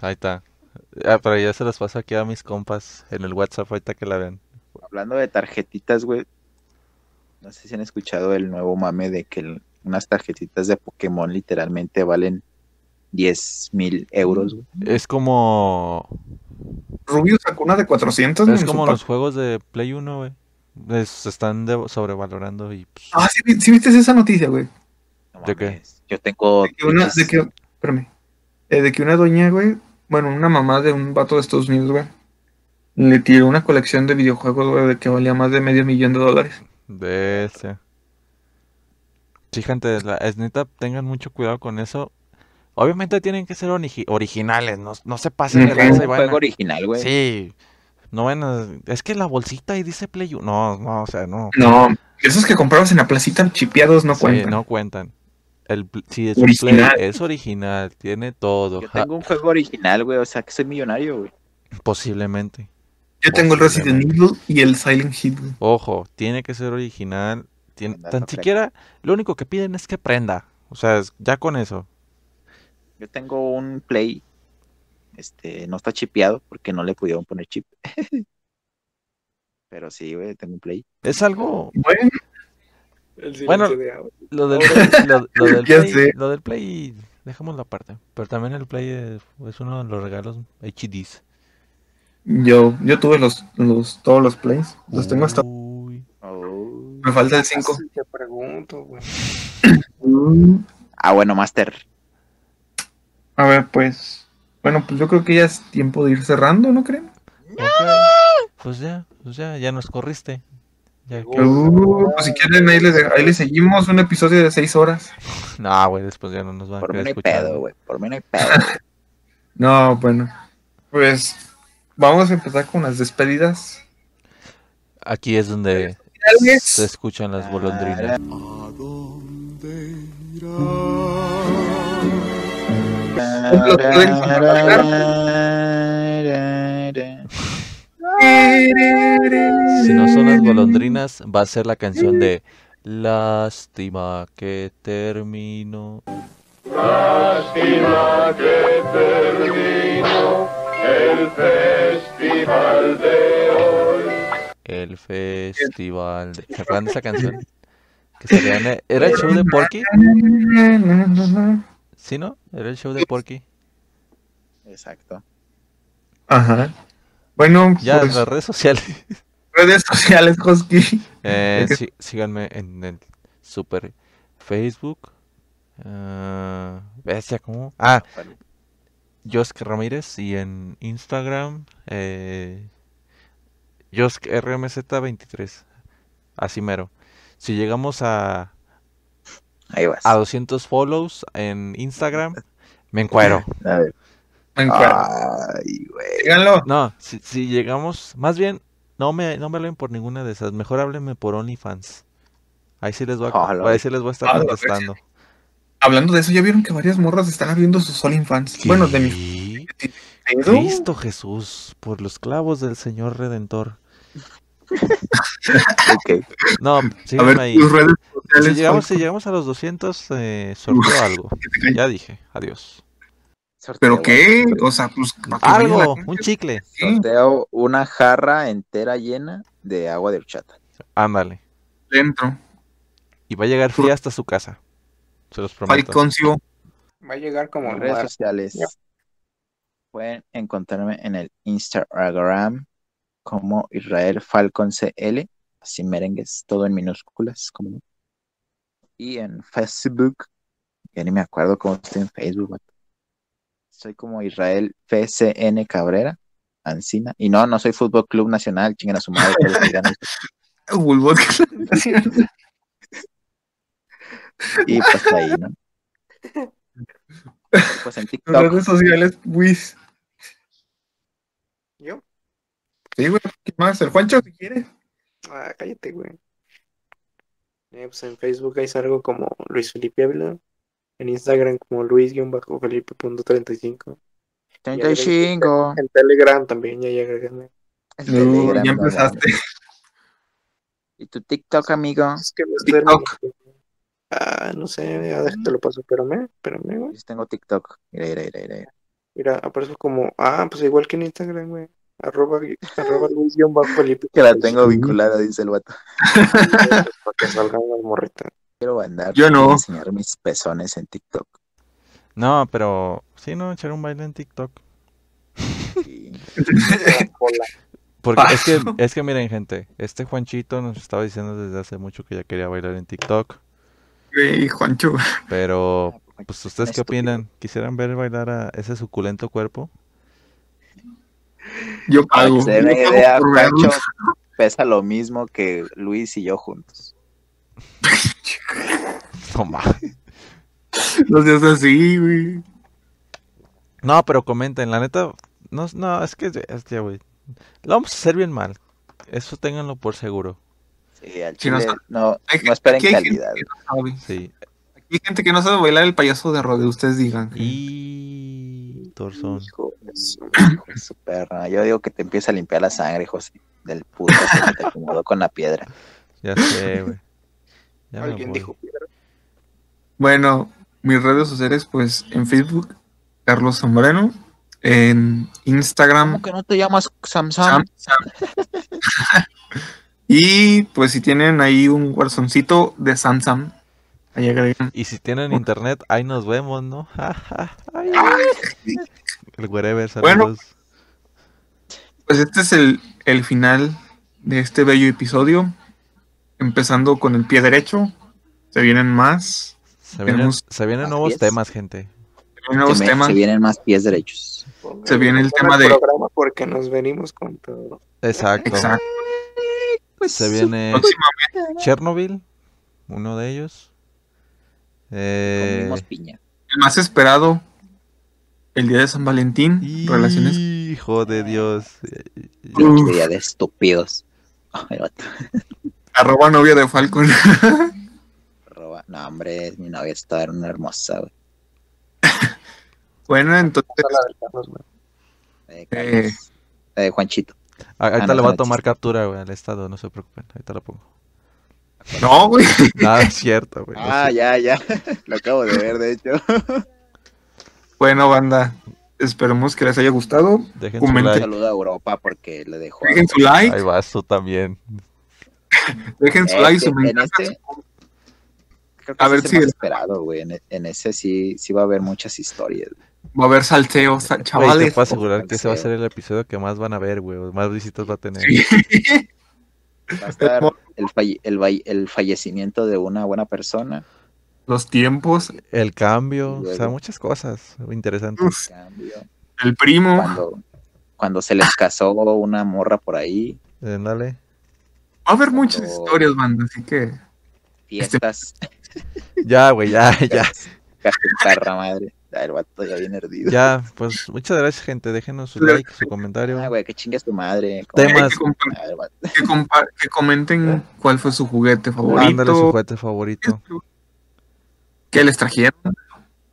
Ahí está. Ah, pero ya se los paso aquí a mis compas en el WhatsApp ahorita que la vean.
Hablando de tarjetitas, güey. No sé si han escuchado el nuevo mame de que el- unas tarjetitas de Pokémon literalmente valen 10 mil euros, güey.
Es como...
Rubio sacó una de 400. güey,
Es
en Pues su
como
pa-
los juegos de Play 1, güey. Es- Se están de- sobrevalorando y... pues,
Ah, sí, vi- sí viste esa noticia, güey.
No
¿De qué?
mames. Yo tengo.
De que una, de
pinches-
que, espérame, Eh, de que una doña, güey, bueno, una mamá de un vato de Estados Unidos, güey, le tiró una colección de videojuegos, güey, de que valía más de medio millón de dólares.
De este. Sí, gente, la, es neta, tengan mucho cuidado con eso. Obviamente tienen que ser origi- originales, no, no se pasen de
Ujú.
lanza y
un
van a-
juego original, güey.
Sí, no van a- Es que la bolsita ahí dice Play U- No, no, o sea, no.
No, esos que comprabas en la placita chipeados no
Sí,
cuentan.
no cuentan. El, pl- sí, es
Original.
un Play, es original, tiene todo,
Yo
ja-
tengo un juego original, güey. O sea, que soy millonario, güey.
posiblemente.
Yo tengo el Resident Evil y el Silent Hill, güey.
Ojo, tiene que ser original. tiene-
Prenda,
tan
no prenda.
siquiera, lo único que piden es que prenda. O sea, es- ya con eso.
Yo tengo un Play. Este, no está chipeado porque no le pudieron poner chip. Pero sí, güey, tengo un Play.
Es algo.
Bueno,
el silencio
Bueno,
de agua.
Lo del Play, lo, lo del
Ya
play,
sé.
lo del play, dejémoslo aparte. Pero también el play es, es uno de los regalos HDs.
yo, yo tuve los, los, todos los plays, los tengo hasta...
Uy.
Oh.
Me falta el 5.
Así Te pregunto, güey.
Ah, bueno, Master.
A ver, pues... Bueno, pues yo creo que ya es tiempo de ir cerrando, ¿no creen?
Ok. Pues ya, pues ya, ya nos corriste. Ya que-
Uh, pues si quieren, ahí les, ahí les seguimos un episodio de 6 horas.
No, güey, después ya no nos van a
Por mí
querer
no hay
escuchar.
pedo,
güey.
güey. Por mí no hay pedo.
No, bueno. Pues vamos a empezar con las despedidas.
Aquí es donde
Pues,
se escuchan las
¿A
golondrinas.
dónde irá?
Si no son las golondrinas, va a ser la canción de Lástima que termino. El festival de... ¿Se acuerdan de esa canción? Que salía en el- ¿Era el show de Porky? ¿Sí, no? ¿Era el show de Porky?
Exacto.
Ajá. Bueno,
Ya, en
pues
las redes sociales.
redes sociales, Hosky.
Eh,
Ok.
sí- síganme en el super Facebook. Ah, bestia, ¿cómo? Ah,
Bueno.
Josk Ramírez y en Instagram eh, JoskRMZ23. Así mero. Si llegamos a,
Ahí vas.
a 200 follows en Instagram, me encuero.
A ver.
Me encuentro.
Ay, güey.
Síganlo.
No, si, si llegamos, más bien, no me, no me hablen por ninguna de esas. Mejor háblenme por OnlyFans. Ahí sí les voy a,
Ojalá.
ahí sí les voy a estar
Ojalá. Ah,
contestando.
Hablando de eso, ya vieron que varias morras están abriendo sus OnlyFans. Bueno, de mi
Sí.
pedo.
Cristo Jesús, por los clavos del Señor Redentor.
Ok.
No,
A
síganme
ver,
ahí.
tus redes sociales.
Si llegamos,
Hosky.
si llegamos a los 200, eh, sorteo algo.
Que te calles.
Ya dije, adiós.
Sorteo,
¿Pero qué?
güey.
O sea, pues. para que vaya la
Algo,
gente,
un chicle.
¿sí?
Sorteo una jarra entera llena de agua de horchata.
Ándale.
Dentro.
Y va a llegar fría hasta su casa. Se los prometo.
Falconcio.
Va a llegar como
Mis redes
Omar.
sociales.
Ya.
Pueden encontrarme en el Instagram como Israel Falcon CL, así merengues, todo en minúsculas, como no. Y en Facebook, ya ni me acuerdo cómo estoy en Facebook. vato. Soy como Israel FCN Cabrera, Ancina. Y no, no soy Fútbol Club Nacional, chinguen a su madre. todos los mexicanos.
Bulbot.
y pues ahí, ¿no? Pues en TikTok,
redes sociales, Luis.
¿Yo?
Sí, güey. ¿Qué más? El Juancho, si quiere.
Ah, cállate, güey. Eh, pues en Facebook hay algo como Luis Felipe Ávila. En Instagram como Luis-Felipe.35.
35.
En Telegram también, ya, ya, agréguenme.
el
No,
Telegram,
ya
no mames.
empezaste.
¿Y tu TikTok, amigo?
Es que me
TikTok.
duermo. Ah, no sé, ya deja, te lo paso, espérame, espérame, güey.
Yo tengo TikTok. Mira, mira, mira, mira, mira.
Mira, aparezco como, ah, pues igual que en Instagram, güey. Arroba, arroba Luis-Felipe.
Que
Pues
la tengo vinculada, dice el vato.
Para que salgan las morritas.
Quiero mandar
Yo no.
a enseñar mis pezones en TikTok.
No, pero sí, no, echar un baile en TikTok.
Y
Hola.
Porque
Ah.
es que, es que miren, gente, este Juanchito nos estaba diciendo desde hace mucho que ya quería bailar en TikTok,
Güey, Juancho.
pero pues ustedes qué
Estúpido.
opinan? ¿Quisieran ver bailar a ese suculento cuerpo?
Yo
Para que
pago.
se den
Yo
una
pago
idea,
por verlo.
Pancho pesa lo mismo que Luis y yo juntos.
No ma.
No seas así, güey.
No, pero comenten, la neta, no, no, es que es que, güey, lo vamos a hacer bien mal. Eso ténganlo por seguro.
Sí, al
Sí, no
chile
está-
no,
Hay
no esperen
aquí hay
calidad.
gente que no sabe.
Sí.
Aquí hay gente que no sabe bailar el payaso de rodeo, ustedes digan.
Y torzón.
Hijo de su- hijo de su perra. Yo digo que te empieza a limpiar la sangre, José. Del puto ese que te acomodó con la piedra.
Ya sé, güey. Ya me
Alguien
voy.
dijo,
Bueno, mis redes sociales, pues en Facebook, Carlos Zambrano. En Instagram,
¿Cómo que no te llamas Samsung?
Sam. Sam. y pues si tienen ahí un guarzoncito de Sam Sam, ahí agregan.
Y si tienen internet, ahí nos vemos, ¿no? Ja, ja, ay. El wherever,
Bueno.
saludos.
Pues este es el, el final de este bello episodio. Empezando con el pie derecho. Se vienen más.
Se vienen,
Tenemos-
se vienen
Así
nuevos
es.
temas, gente.
se vienen nuevos
se, me-
temas.
se vienen más pies derechos.
pongan
Se viene el
atención
tema
al
de-
programa porque nos venimos con todo.
Exacto.
Exacto.
Pues,
Se viene
Próximamente
Chernobyl, uno de ellos. Eh,
Comimos piña.
el más esperado. El día de San Valentín. Relaciones.
Hijo de Dios.
Uf.
Pinche día de estúpidos. Ay, vato,
Arroba novia de Falcon.
roba. No, hombre, mi novia está en una hermosa, güey.
bueno, entonces.
La del Carlos, güey.
La de
Eh.
Carlos. La de Juanchito.
Ah,
Ah,
Ahorita
no,
le voy
no,
a tomar
chiste.
captura, güey, al estado, no se preocupen. Ahorita la pongo.
No, güey.
Nada es cierto,
Pues,
güey.
Ah, ya, ya. Lo acabo de ver, de hecho.
Bueno, banda. Esperemos que les haya gustado.
Dejen su
comenten.
like.
Saludo a Europa porque le dejó. a-
Dejen su like.
Ahí vas tú también.
Dejen su like y su
Este,
me
en
encanta.
este- Creo que
A
ese
ver
es el
si-
más esperado, güey. En, en ese sí, sí va a haber muchas historias.
Va a haber salteo, sa-
Güey, te
chavales.
puedo asegurar que
Chavales.
ese va a ser el episodio que más van a ver, güey. o Más visitas va a tener.
Va a estar el, falle- el, valle- el fallecimiento de una buena persona.
Los tiempos.
El
Y
cambio, o sea,
luego-
muchas cosas interesantes.
Uf,
Cambio.
el primo.
Cuando, cuando se les casó una morra por ahí.
Eh, Dale.
Va a haber muchas
Cuando-
historias, banda, así que. Este
Fiestas.
Ya, güey, ya, ya.
Cajetarra madre. Ya, el vato ya bien Ah, herdido.
Ya, pues muchas gracias, gente. Déjenos su
Claro
like, su comentario.
Ah, güey, que chingas tu madre.
Temas.
Que, compa-
Ah, el vato.
que compa- que
¿Eh?
comenten cuál fue su juguete
Ándale su
favorito.
juguete favorito.
¿Qué les trajeron?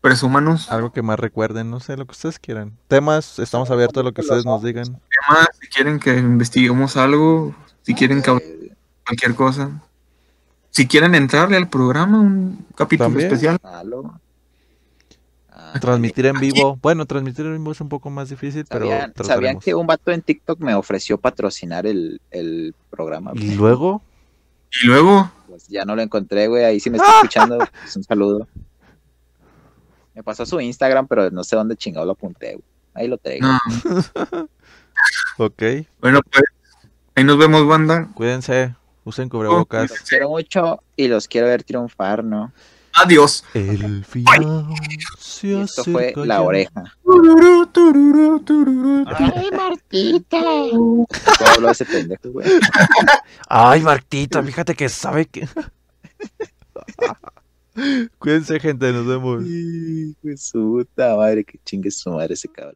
Presúmanos.
Algo que más recuerden, no sé, lo que ustedes quieran. Temas, estamos abiertos a lo que ustedes nos digan.
Además, si quieren que investiguemos algo, si quieren que hable
Eh,
cualquier cosa. Si quieren entrarle al programa, un capítulo
También.
especial.
Halo. Ah,
Transmitir en vivo. Bueno, transmitir en vivo es un poco más difícil, pero
¿Sabían, ¿Sabían
trataremos.
que un vato en TikTok me ofreció patrocinar el, el programa?
Y luego,
Y luego,
Pues ya no lo encontré, güey. Ahí sí me está escuchando. pues un saludo. Me pasó su Instagram, pero no sé dónde chingado lo apunté, güey. Ahí lo traigo.
no.
ok,
Bueno, pues ahí nos vemos, banda.
cuídense, usen cubrebocas.
Los quiero mucho y los quiero ver triunfar, ¿no?
Adiós.
El final se
Y esto fue
acerca
La
ya.
Oreja.
Tururú, tururú, tururú.
Ay, Martita. ¿Cómo habló ese pendejo, güey?
Ay, Martita, fíjate que sabe que. Cuídense, gente, nos vemos.
Hijo de su puta madre, que chingue su madre ese cabrón.